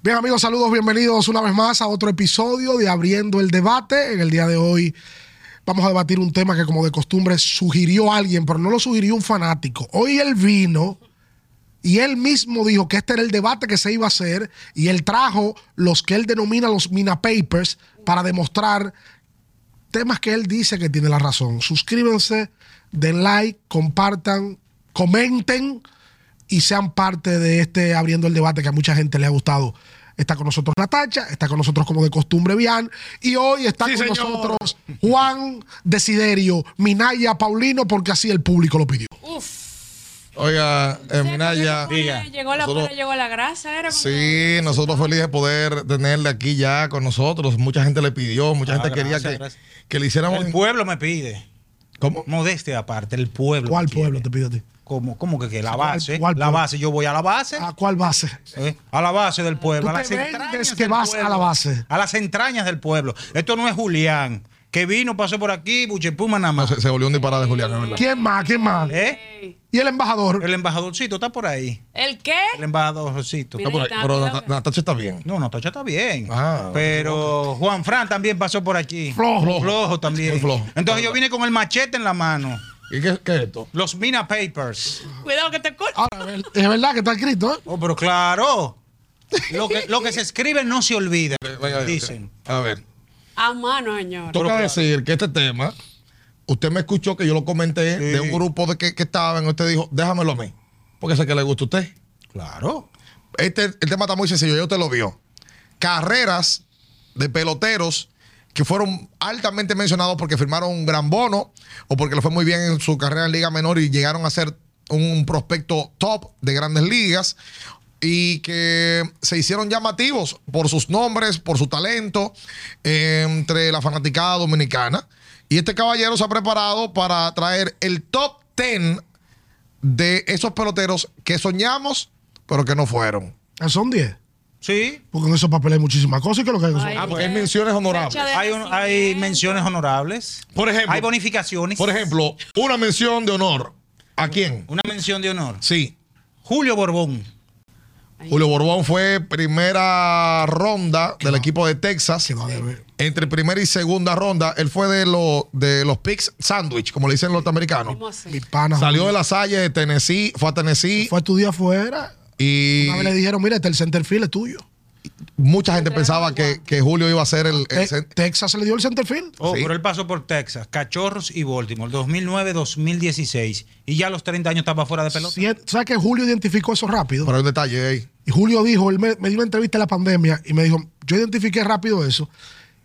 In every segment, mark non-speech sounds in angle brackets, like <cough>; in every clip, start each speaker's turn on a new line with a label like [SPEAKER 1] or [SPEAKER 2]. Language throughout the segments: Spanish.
[SPEAKER 1] Bien amigos, saludos, bienvenidos una vez más a otro episodio de Abriendo el Debate. En el día de hoy vamos a debatir un tema que como de costumbre sugirió alguien, pero no lo sugirió un fanático. Hoy él vino y él mismo dijo que este era el debate que se iba a hacer y él trajo los que él denomina los Mina Papers para demostrar temas que él dice que tiene la razón. Suscríbanse, den like, compartan, comenten y sean parte de este abriendo el debate que a mucha gente le ha gustado. Está con nosotros Natacha, está con nosotros como de costumbre Bian, y hoy está
[SPEAKER 2] Sí,
[SPEAKER 1] con
[SPEAKER 2] señor.
[SPEAKER 1] nosotros Juan Desiderio, Minaya Paulino, porque así el público lo pidió.
[SPEAKER 3] Uf.
[SPEAKER 4] Oiga, eh, Minaya,
[SPEAKER 2] Diga.
[SPEAKER 3] Llegó la
[SPEAKER 4] Nosotros-
[SPEAKER 3] pura, llegó la grasa, era como-
[SPEAKER 4] sí, nosotros felices de poder tenerle aquí ya con nosotros. Mucha gente le pidió, mucha
[SPEAKER 2] Ah,
[SPEAKER 4] gente quería
[SPEAKER 2] gracias,
[SPEAKER 4] que,
[SPEAKER 2] gracias.
[SPEAKER 4] que le hiciéramos.
[SPEAKER 2] El pueblo me pide.
[SPEAKER 4] ¿Cómo?
[SPEAKER 2] Modestia aparte, el pueblo.
[SPEAKER 1] ¿Cuál
[SPEAKER 2] me quiere.
[SPEAKER 1] pueblo te pido a ti?
[SPEAKER 2] ¿Cómo, cómo que, que la
[SPEAKER 1] ¿Cuál-
[SPEAKER 2] base?
[SPEAKER 1] cuál
[SPEAKER 2] la
[SPEAKER 1] pueblo?
[SPEAKER 2] base, yo voy a la base.
[SPEAKER 1] ¿A cuál base?
[SPEAKER 2] ¿eh? A la base del pueblo.
[SPEAKER 1] Tú
[SPEAKER 2] a las
[SPEAKER 1] te vendes
[SPEAKER 2] entrañas
[SPEAKER 1] que
[SPEAKER 2] del
[SPEAKER 1] vas a
[SPEAKER 2] pueblo,
[SPEAKER 1] la base.
[SPEAKER 2] A las entrañas del pueblo. Esto no es Julián, que vino, pasó por aquí, Buchepuma nada
[SPEAKER 4] No,
[SPEAKER 2] más.
[SPEAKER 4] se, se volvió un disparate, Julián, es verdad.
[SPEAKER 1] ¿Quién más? ¿Quién más?
[SPEAKER 2] ¿Eh?
[SPEAKER 1] ¿Y el embajador?
[SPEAKER 2] El embajadorcito está por ahí.
[SPEAKER 3] ¿El qué?
[SPEAKER 2] El embajadorcito.
[SPEAKER 3] Mira.
[SPEAKER 4] Está por ahí, Pero Nat- Natacha está bien.
[SPEAKER 2] No, no, Tacha está bien.
[SPEAKER 4] Ah,
[SPEAKER 2] pero Juan Fran también pasó por aquí.
[SPEAKER 1] Flojo.
[SPEAKER 2] Flojo también.
[SPEAKER 4] Muy flojo.
[SPEAKER 2] Entonces yo vine con el machete en la mano.
[SPEAKER 4] ¿Y qué, qué es esto? Eh,
[SPEAKER 2] Los Mina Papers.
[SPEAKER 3] Cuidado que te
[SPEAKER 4] Ah.
[SPEAKER 3] corto.
[SPEAKER 1] Ahora, es ver- es verdad que está escrito, ¿eh?
[SPEAKER 2] Oh, pero claro.
[SPEAKER 4] <laughs>
[SPEAKER 2] Lo que, lo que se escribe no se olvida.
[SPEAKER 4] Venga,
[SPEAKER 2] Dicen.
[SPEAKER 4] A ver,
[SPEAKER 3] A mano, señor.
[SPEAKER 4] toca decir que este tema, usted me escuchó que yo lo comenté
[SPEAKER 2] Sí.
[SPEAKER 4] de un grupo de que, que estaban, usted dijo, déjamelo a mí, porque sé que le gusta a usted.
[SPEAKER 2] Claro.
[SPEAKER 4] Este, el tema está muy sencillo, ya usted lo vio. Carreras de peloteros que fueron altamente mencionados porque firmaron un gran bono o porque le fue muy bien en su carrera en Liga Menor y llegaron a ser un prospecto top de grandes ligas y que se hicieron llamativos por sus nombres, por su talento eh, entre la fanaticada dominicana. Y este caballero se ha preparado para traer el top 10 de esos peloteros que soñamos, pero que no fueron.
[SPEAKER 1] Ah, Son 10.
[SPEAKER 2] Sí.
[SPEAKER 1] Porque en esos papeles hay muchísimas cosas y que lo que hay en esos
[SPEAKER 3] Ay,
[SPEAKER 4] Ah, porque hay
[SPEAKER 3] eh,
[SPEAKER 4] menciones honorables.
[SPEAKER 3] fecha de
[SPEAKER 2] Hay, un- hay
[SPEAKER 3] nacimiento.
[SPEAKER 2] menciones honorables.
[SPEAKER 4] Por ejemplo.
[SPEAKER 2] Hay bonificaciones.
[SPEAKER 4] Por ejemplo, una mención de honor. ¿A quién?
[SPEAKER 2] Una mención de honor.
[SPEAKER 4] Sí.
[SPEAKER 2] Julio Borbón.
[SPEAKER 4] Julio Borbón fue primera ronda del equipo de Texas.
[SPEAKER 1] Que va a deber.
[SPEAKER 4] Entre primera y segunda ronda, él fue de, los de los picks sandwich, como le dicen los norteamericanos.
[SPEAKER 3] Hermoso.
[SPEAKER 1] Mi pana.
[SPEAKER 4] Salió de la salle de Tennessee, fue a Tennessee
[SPEAKER 1] Fue a estudiar afuera.
[SPEAKER 4] y
[SPEAKER 1] Una vez le dijeron, mira, este el center field es tuyo.
[SPEAKER 4] mucha gente pensaba que, que Julio iba a ser el... el
[SPEAKER 1] Te-
[SPEAKER 4] cen-
[SPEAKER 1] Texas se le dio el center field.
[SPEAKER 2] Oh,
[SPEAKER 4] Sí.
[SPEAKER 2] pero él pasó por Texas, Cachorros y Baltimore, 2009-2016. Y ya a los 30 años estaba fuera de pelota.
[SPEAKER 1] Cien- ¿Sabes que Julio identificó eso rápido?
[SPEAKER 4] Pero hay un detalle ahí.
[SPEAKER 1] Y Julio dijo, él me, me dio una entrevista en la pandemia y me dijo, yo identifiqué rápido eso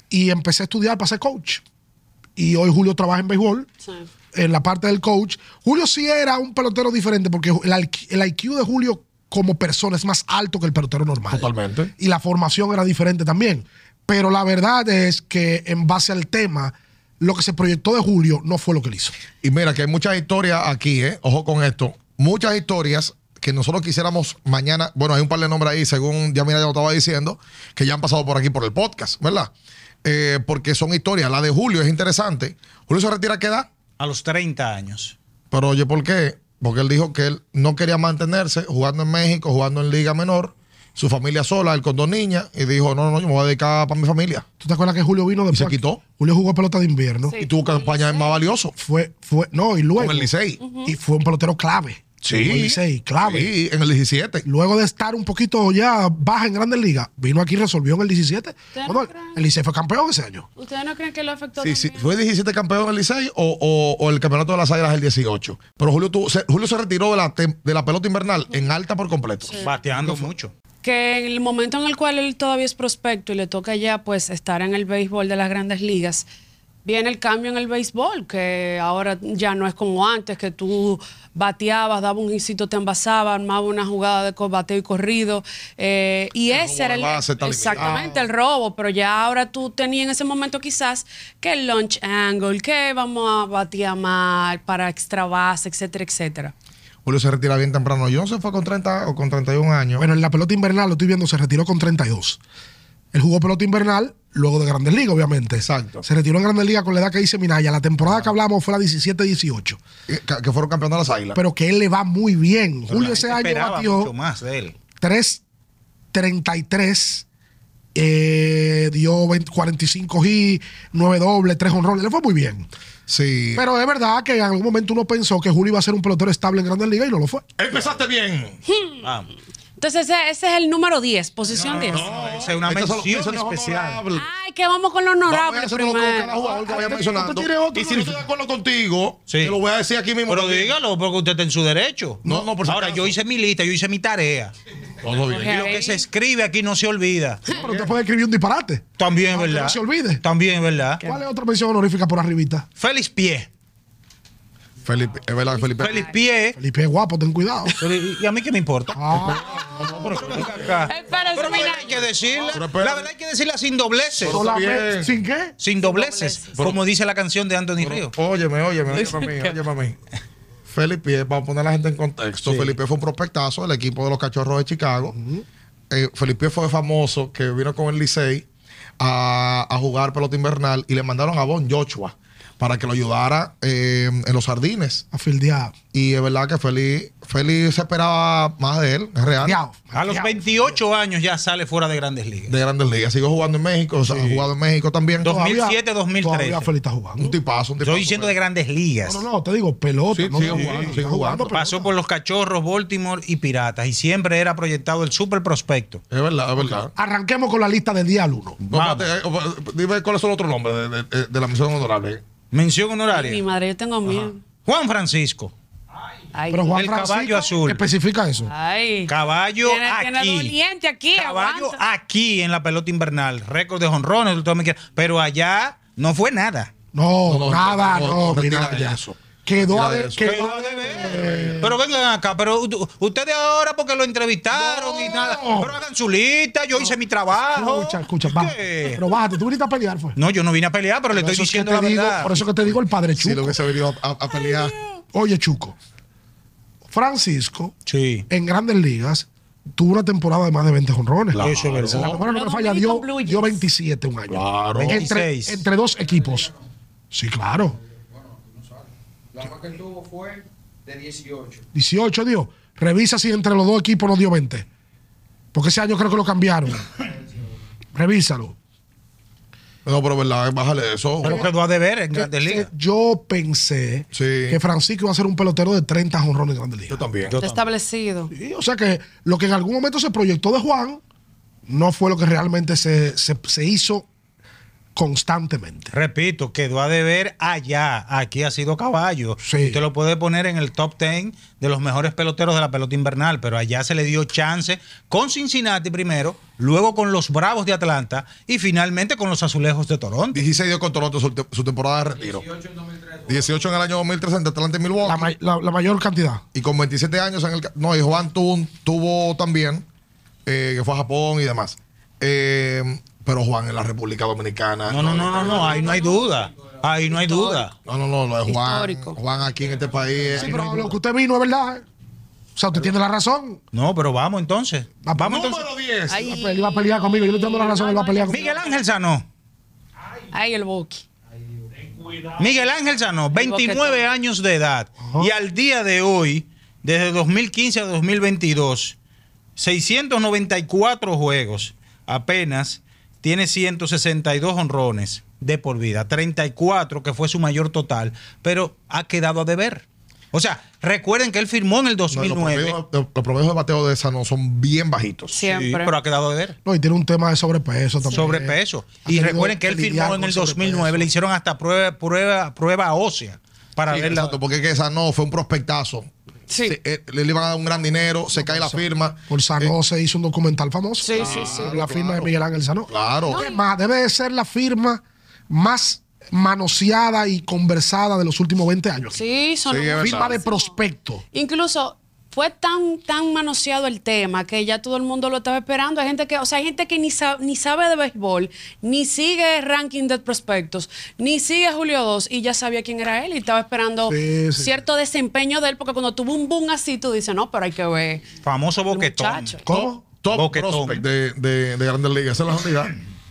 [SPEAKER 1] y empecé a estudiar para ser coach. Y hoy Julio trabaja en béisbol,
[SPEAKER 3] Sí.
[SPEAKER 1] en la parte del coach. Julio sí era un pelotero diferente porque el, IQ el IQ de Julio como persona es más alto que el pelotero normal.
[SPEAKER 4] Totalmente.
[SPEAKER 1] Y la formación era diferente también. Pero la verdad es que en base al tema, lo que se proyectó de Julio no fue lo que él hizo.
[SPEAKER 4] Y mira que hay muchas historias aquí, ¿eh? Ojo con esto. Muchas historias que nosotros quisiéramos mañana. Bueno, hay un par de nombres ahí, según ya mira, ya lo estaba diciendo, que ya han pasado por aquí por el podcast, ¿verdad? Eh, porque son historias. La de Julio es interesante. Julio se retira a qué edad?
[SPEAKER 2] A los 30 años.
[SPEAKER 4] Pero oye, ¿por qué? Porque él dijo que él no quería mantenerse jugando en México, jugando en Liga Menor, su familia sola, él con dos niñas, y dijo, no, no, yo me voy a dedicar para mi familia.
[SPEAKER 1] ¿Tú te acuerdas que Julio vino después?
[SPEAKER 4] se quitó?
[SPEAKER 1] Julio jugó pelota de invierno.
[SPEAKER 3] Sí.
[SPEAKER 4] Y tuvo campaña más valioso
[SPEAKER 1] Fue, fue, no, y luego.
[SPEAKER 4] con el Licey.
[SPEAKER 1] y fue un pelotero clave.
[SPEAKER 4] Sí.
[SPEAKER 1] Fue Licey, clave.
[SPEAKER 4] Sí, en el 17.
[SPEAKER 1] Luego de estar un poquito ya baja en Grandes Ligas, vino aquí y resolvió en el 17.
[SPEAKER 3] no
[SPEAKER 1] Bueno,
[SPEAKER 3] creen?
[SPEAKER 1] el Licey fue campeón ese año.
[SPEAKER 3] ¿Ustedes no creen que lo afectó
[SPEAKER 4] Sí, sí.
[SPEAKER 3] también?
[SPEAKER 4] ¿Fue 17 campeón el Licey o, o- o el campeonato de las Águilas el 18? Pero Julio, tuvo- se, Julio se retiró de la, tem- de la pelota invernal en alta por completo.
[SPEAKER 2] Bateando mucho.
[SPEAKER 3] Que en el momento en el cual él todavía es prospecto y le toca ya pues estar en el béisbol de las grandes ligas, viene el cambio en el béisbol, que ahora ya no es como antes, que tú bateabas, daba un incito, te envasaba, armaba una jugada de co- bateo y corrido. eh, y ese
[SPEAKER 4] robo
[SPEAKER 3] era
[SPEAKER 4] de
[SPEAKER 3] el...
[SPEAKER 4] base Ah. está limitado.
[SPEAKER 3] exactamente, el robo, pero ya ahora tú tenías en ese momento quizás que el launch angle, que vamos a batear mal para extra base, etcétera, etcétera.
[SPEAKER 4] Julio se retira bien temprano. Yo no sé, fue con 30 o con 31 años.
[SPEAKER 1] Bueno, en la pelota invernal, lo estoy viendo, se retiró con 32. Él jugó pelota invernal, luego de Grandes Ligas, obviamente.
[SPEAKER 4] Exacto.
[SPEAKER 1] Se retiró en Grandes Ligas con la edad que dice Minaya. La temporada que hablamos fue la 17-18.
[SPEAKER 4] Eh, ca- que fueron campeón de las águilas.
[SPEAKER 1] Pero que él le va muy bien.
[SPEAKER 2] Pero la
[SPEAKER 1] Julio ese
[SPEAKER 2] gente
[SPEAKER 1] año
[SPEAKER 2] esperaba
[SPEAKER 1] batió
[SPEAKER 2] mucho más de él.
[SPEAKER 1] 3.33. eh, dio 20 45 y 9 dobles, 3 honrones. Le fue muy bien.
[SPEAKER 4] sí.
[SPEAKER 1] Pero es verdad que en algún momento uno pensó que Julio iba a ser un pelotero estable en Grandes Ligas y no lo fue.
[SPEAKER 4] Empezaste bien.
[SPEAKER 2] Vamos.
[SPEAKER 3] Entonces ese, ese es el número 10, posición 10.
[SPEAKER 2] No, esa es una
[SPEAKER 4] Eso es lo-
[SPEAKER 2] mención
[SPEAKER 4] eso no es
[SPEAKER 2] especial.
[SPEAKER 4] honorable.
[SPEAKER 3] Ay, que vamos con lo
[SPEAKER 4] Vamos
[SPEAKER 3] Ah, honorable
[SPEAKER 4] a hacerlo con cada
[SPEAKER 3] primero.
[SPEAKER 4] jugador que vaya
[SPEAKER 1] Ah,
[SPEAKER 4] mencionando.
[SPEAKER 1] tú tienes otro,
[SPEAKER 4] Y si
[SPEAKER 1] no
[SPEAKER 4] no
[SPEAKER 1] te-
[SPEAKER 4] estoy de acuerdo contigo,
[SPEAKER 2] Sí.
[SPEAKER 4] te lo voy a decir aquí mismo.
[SPEAKER 2] Pero
[SPEAKER 4] también.
[SPEAKER 2] dígalo, porque usted está en su derecho.
[SPEAKER 4] No, no, por si
[SPEAKER 2] Ahora,
[SPEAKER 4] acaso.
[SPEAKER 2] yo hice mi lista, yo hice mi tarea.
[SPEAKER 4] Todo bien.
[SPEAKER 2] Y lo que se escribe aquí no se olvida.
[SPEAKER 1] Pero usted puede escribir un disparate.
[SPEAKER 2] También,
[SPEAKER 1] Ah, que
[SPEAKER 2] ¿verdad?
[SPEAKER 1] no se olvide.
[SPEAKER 2] También, ¿verdad?
[SPEAKER 1] ¿Cuál es otra mención honorífica por arribita?
[SPEAKER 2] Félix Pie.
[SPEAKER 4] Felipe, es verdad, Felipe.
[SPEAKER 2] Félix Pie.
[SPEAKER 1] Felipe es guapo, ten cuidado.
[SPEAKER 2] Pero, ¿Y y a mí qué me importa?
[SPEAKER 1] Ah, pues,
[SPEAKER 3] Eh, pero eso,
[SPEAKER 2] Pero la
[SPEAKER 3] mira,
[SPEAKER 2] verdad hay que decirla.
[SPEAKER 4] Pero
[SPEAKER 2] La
[SPEAKER 4] espérate.
[SPEAKER 2] verdad hay que decirla sin dobleces.
[SPEAKER 1] solamente-
[SPEAKER 4] bien.
[SPEAKER 1] ¿Sin qué?
[SPEAKER 2] Sin dobleces. Como dice la canción de Anthony Río.
[SPEAKER 4] Óyeme, óyeme, óyeme, a mí, óyeme a mí. Felipe, para poner a la gente en contexto, Felipe fue un prospectazo del equipo de los Cachorros de Chicago. Eh, Felipe fue famoso que vino con el Licey a, a jugar pelota invernal y le mandaron a Bon Joshua para que lo ayudara eh, en los jardines.
[SPEAKER 1] A fildear.
[SPEAKER 4] Y es verdad que Feli, Feli se esperaba más de él, es real.
[SPEAKER 1] Fiao.
[SPEAKER 2] A los
[SPEAKER 1] Fiao.
[SPEAKER 2] 28 años ya sale fuera de grandes ligas.
[SPEAKER 4] De grandes ligas. Siguió jugando en México, o sea, ha jugado en México también.
[SPEAKER 2] Dos-
[SPEAKER 1] Todavía-
[SPEAKER 2] 2007, 2013.
[SPEAKER 1] Todavía Felipe está
[SPEAKER 4] Un
[SPEAKER 1] jugando.
[SPEAKER 4] tipazo, un tipazo.
[SPEAKER 2] Estoy diciendo de grandes ligas.
[SPEAKER 1] No, no, no, te digo, pelota.
[SPEAKER 4] Sí,
[SPEAKER 1] no,
[SPEAKER 4] sigue
[SPEAKER 1] no,
[SPEAKER 4] jugando,
[SPEAKER 1] está
[SPEAKER 4] sigue jugando.
[SPEAKER 1] pelota.
[SPEAKER 2] Pasó por los cachorros, Baltimore y Piratas. Y siempre era proyectado el super prospecto.
[SPEAKER 4] Es verdad, es verdad.
[SPEAKER 1] Arranquemos con la lista del día al uno.
[SPEAKER 4] No, espérate, eh, eh, dime cuál es el otro nombre de, de- de- de la misión honorable.
[SPEAKER 2] Mención
[SPEAKER 3] mi
[SPEAKER 2] honoraria.
[SPEAKER 3] madre, yo tengo miedo.
[SPEAKER 2] Juan Francisco.
[SPEAKER 3] Ay,
[SPEAKER 1] Pero Juan
[SPEAKER 2] El caballo
[SPEAKER 1] Francisco
[SPEAKER 2] azul.
[SPEAKER 1] especifica eso.
[SPEAKER 3] Ah. ay.
[SPEAKER 2] Caballo
[SPEAKER 3] Tiene- tiene
[SPEAKER 2] aquí.
[SPEAKER 3] doliente aquí,
[SPEAKER 2] Caballo
[SPEAKER 3] aguanta.
[SPEAKER 2] aquí en la pelota invernal. Récord de jonrones. todo me quiera. Pero allá no fue nada.
[SPEAKER 1] No,
[SPEAKER 4] No, no,
[SPEAKER 1] nada,
[SPEAKER 4] no,
[SPEAKER 1] no,
[SPEAKER 4] no,
[SPEAKER 1] mira,
[SPEAKER 4] retira
[SPEAKER 1] ya.
[SPEAKER 4] eso.
[SPEAKER 1] Quedó a
[SPEAKER 4] Retira
[SPEAKER 1] de-
[SPEAKER 4] eso.
[SPEAKER 1] quedó a
[SPEAKER 2] Pero vengan acá, pero u- ustedes ahora porque lo entrevistaron y nada. Pero hagan su lista, yo hice mi trabajo.
[SPEAKER 1] Escucha, escucha,
[SPEAKER 2] ¿Qué?
[SPEAKER 1] bájate. Pero bájate, tú viniste a pelear, fue.
[SPEAKER 2] No, yo no vine a pelear, pero le
[SPEAKER 1] Por eso
[SPEAKER 2] estoy
[SPEAKER 1] es que
[SPEAKER 2] diciendo
[SPEAKER 1] te
[SPEAKER 2] la
[SPEAKER 1] digo-
[SPEAKER 2] verdad.
[SPEAKER 1] Por eso que te digo el padre
[SPEAKER 4] Si lo
[SPEAKER 1] Chuco.
[SPEAKER 4] hubiese venido a, a- a pelear.
[SPEAKER 1] Oye, Chuco. Francisco,
[SPEAKER 2] Sí.
[SPEAKER 1] en grandes ligas, tuvo una temporada de más de 20 honrones.
[SPEAKER 4] Claro.
[SPEAKER 2] Eso es
[SPEAKER 1] En la
[SPEAKER 2] verdad.
[SPEAKER 1] memoria no me
[SPEAKER 3] Los
[SPEAKER 1] falla,
[SPEAKER 3] Dominican
[SPEAKER 1] dio,
[SPEAKER 3] Blue Jays.
[SPEAKER 1] dio 27 un año.
[SPEAKER 4] Claro.
[SPEAKER 1] Entre,
[SPEAKER 2] 26.
[SPEAKER 1] entre dos equipos. Sí, claro.
[SPEAKER 5] La más que él tuvo fue de 18.
[SPEAKER 1] 18 dio. Revisa si entre los dos equipos no dio 20. Porque ese año creo que lo cambiaron. Revísalo.
[SPEAKER 4] No, pero verdad, eh, bájale eso.
[SPEAKER 2] Pero quedó a deber en Grandes
[SPEAKER 1] Eh,
[SPEAKER 2] Ligas.
[SPEAKER 1] Yo pensé
[SPEAKER 4] Sí.
[SPEAKER 1] que Francisco iba a ser un pelotero de 30 honrones en Grandes
[SPEAKER 4] Yo
[SPEAKER 1] Ligas.
[SPEAKER 4] también.
[SPEAKER 2] Yo-
[SPEAKER 3] Establecido.
[SPEAKER 1] Y, o sea que lo que en algún momento se proyectó de Juan no fue lo que realmente se, se- se hizo constantemente.
[SPEAKER 2] Repito, quedó a deber allá. Aquí ha sido caballo.
[SPEAKER 1] Sí.
[SPEAKER 2] Usted lo puede poner en el top 10 de los mejores peloteros de la pelota invernal, pero allá se le dio chance con Cincinnati primero, luego con los Bravos de Atlanta y finalmente con los Azulejos de Toronto.
[SPEAKER 4] 16 dio con Toronto su, te- su temporada de retiro. 18 en el año 2003 en Atlanta y
[SPEAKER 1] La,
[SPEAKER 4] Milwaukee.
[SPEAKER 1] may- la- la mayor cantidad.
[SPEAKER 4] Y con 27 años en el. No, y Juan tuvo, un- tuvo también, eh, que fue a Japón y demás. Eh, pero Juan en la República Dominicana.
[SPEAKER 2] No, no, no, no, no, ahí no hay duda. Ahí no hay duda.
[SPEAKER 4] No, no, no, lo de Juan.
[SPEAKER 3] Histórico.
[SPEAKER 4] Juan aquí en este país.
[SPEAKER 1] Sí, pero lo que usted vino es verdad. ¿eh? O sea, usted tiene la razón.
[SPEAKER 2] No, pero vamos entonces. Vamos entonces.
[SPEAKER 4] Número 10.
[SPEAKER 3] Ay,
[SPEAKER 1] Él iba a pelear conmigo. Yo le estoy dando la razón, él va a pelear conmigo.
[SPEAKER 2] Miguel Ángel Sanó.
[SPEAKER 3] ay, el boqui.
[SPEAKER 2] Miguel Ángel Sanó, 29 años de edad. Y al día de hoy, desde 2015 a 2022, 694 juegos. Apenas tiene 162 honrones de por vida. 34, que fue su mayor total, pero ha quedado a deber. O sea, recuerden que él firmó en el
[SPEAKER 4] No, los
[SPEAKER 2] 2009.
[SPEAKER 4] promedios- los los promedios de bateo de Sano son bien bajitos.
[SPEAKER 2] Sí,
[SPEAKER 3] Siempre.
[SPEAKER 2] pero ha quedado a deber.
[SPEAKER 1] No, y tiene un tema de sobrepeso también.
[SPEAKER 2] Sobrepeso.
[SPEAKER 1] Ha
[SPEAKER 2] Y
[SPEAKER 1] tenido
[SPEAKER 2] recuerden que él
[SPEAKER 1] lidiar
[SPEAKER 2] firmó en
[SPEAKER 1] con
[SPEAKER 2] el
[SPEAKER 1] sobrepeso.
[SPEAKER 2] 2009. Le hicieron hasta prueba, prueba, prueba ósea para
[SPEAKER 4] Sí,
[SPEAKER 2] ver la,
[SPEAKER 4] exacto, porque es que Sano fue un prospectazo.
[SPEAKER 3] Sí.
[SPEAKER 4] Se- eh, le iban a dar un gran dinero, se cae la firma.
[SPEAKER 1] Por Sanó se hizo un documental famoso. Ah,
[SPEAKER 3] Sí, sí, sí.
[SPEAKER 1] la firma de Miguel Ángel Sanó.
[SPEAKER 4] Claro.
[SPEAKER 1] Es más, debe de ser la firma más manoseada y conversada de los últimos 20 años.
[SPEAKER 3] Sí, son
[SPEAKER 4] Sí, es
[SPEAKER 1] Firma
[SPEAKER 4] verdad.
[SPEAKER 1] de prospecto.
[SPEAKER 3] Incluso fue tan, tan manoseado el tema que ya todo el mundo lo estaba esperando. Hay gente que, o sea, hay gente que ni, sa- ni sabe de béisbol, ni sigue ranking de prospectos, ni sigue Julio 2 y ya sabía quién era él y estaba esperando
[SPEAKER 1] Sí, sí.
[SPEAKER 3] cierto desempeño de él, porque cuando tuvo un boom así, tú dices, no, pero hay que ver.
[SPEAKER 2] Famoso boquetón.
[SPEAKER 3] Muchacho.
[SPEAKER 4] ¿Cómo? Top
[SPEAKER 2] Boquetón.
[SPEAKER 4] prospect de, de, de Grandes Ligas. Esa es la unidad.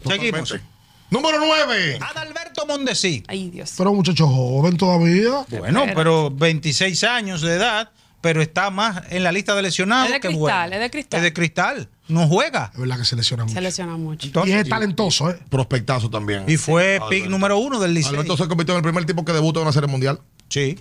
[SPEAKER 2] Seguimos.
[SPEAKER 4] Totalmente. Número 9.
[SPEAKER 2] Adalberto Mondesi.
[SPEAKER 3] Ay, Dios.
[SPEAKER 1] Pero un muchacho joven todavía.
[SPEAKER 2] Bueno, pero 26 años de edad, pero está más en la lista de lesionados.
[SPEAKER 3] Es de
[SPEAKER 2] que
[SPEAKER 3] cristal,
[SPEAKER 2] bueno.
[SPEAKER 3] es de cristal.
[SPEAKER 2] Es de cristal. No juega.
[SPEAKER 4] Ah,
[SPEAKER 1] Es verdad que se lesiona mucho.
[SPEAKER 3] Se lesiona mucho.
[SPEAKER 1] Y
[SPEAKER 2] Entonces,
[SPEAKER 1] es talentoso, ¿eh?
[SPEAKER 4] Prospectazo también.
[SPEAKER 2] y fue pick
[SPEAKER 4] Alberto.
[SPEAKER 2] número uno del Licey.
[SPEAKER 4] Ah, Alberto se convirtió en el primer tipo que debuta en una serie mundial
[SPEAKER 2] Sí.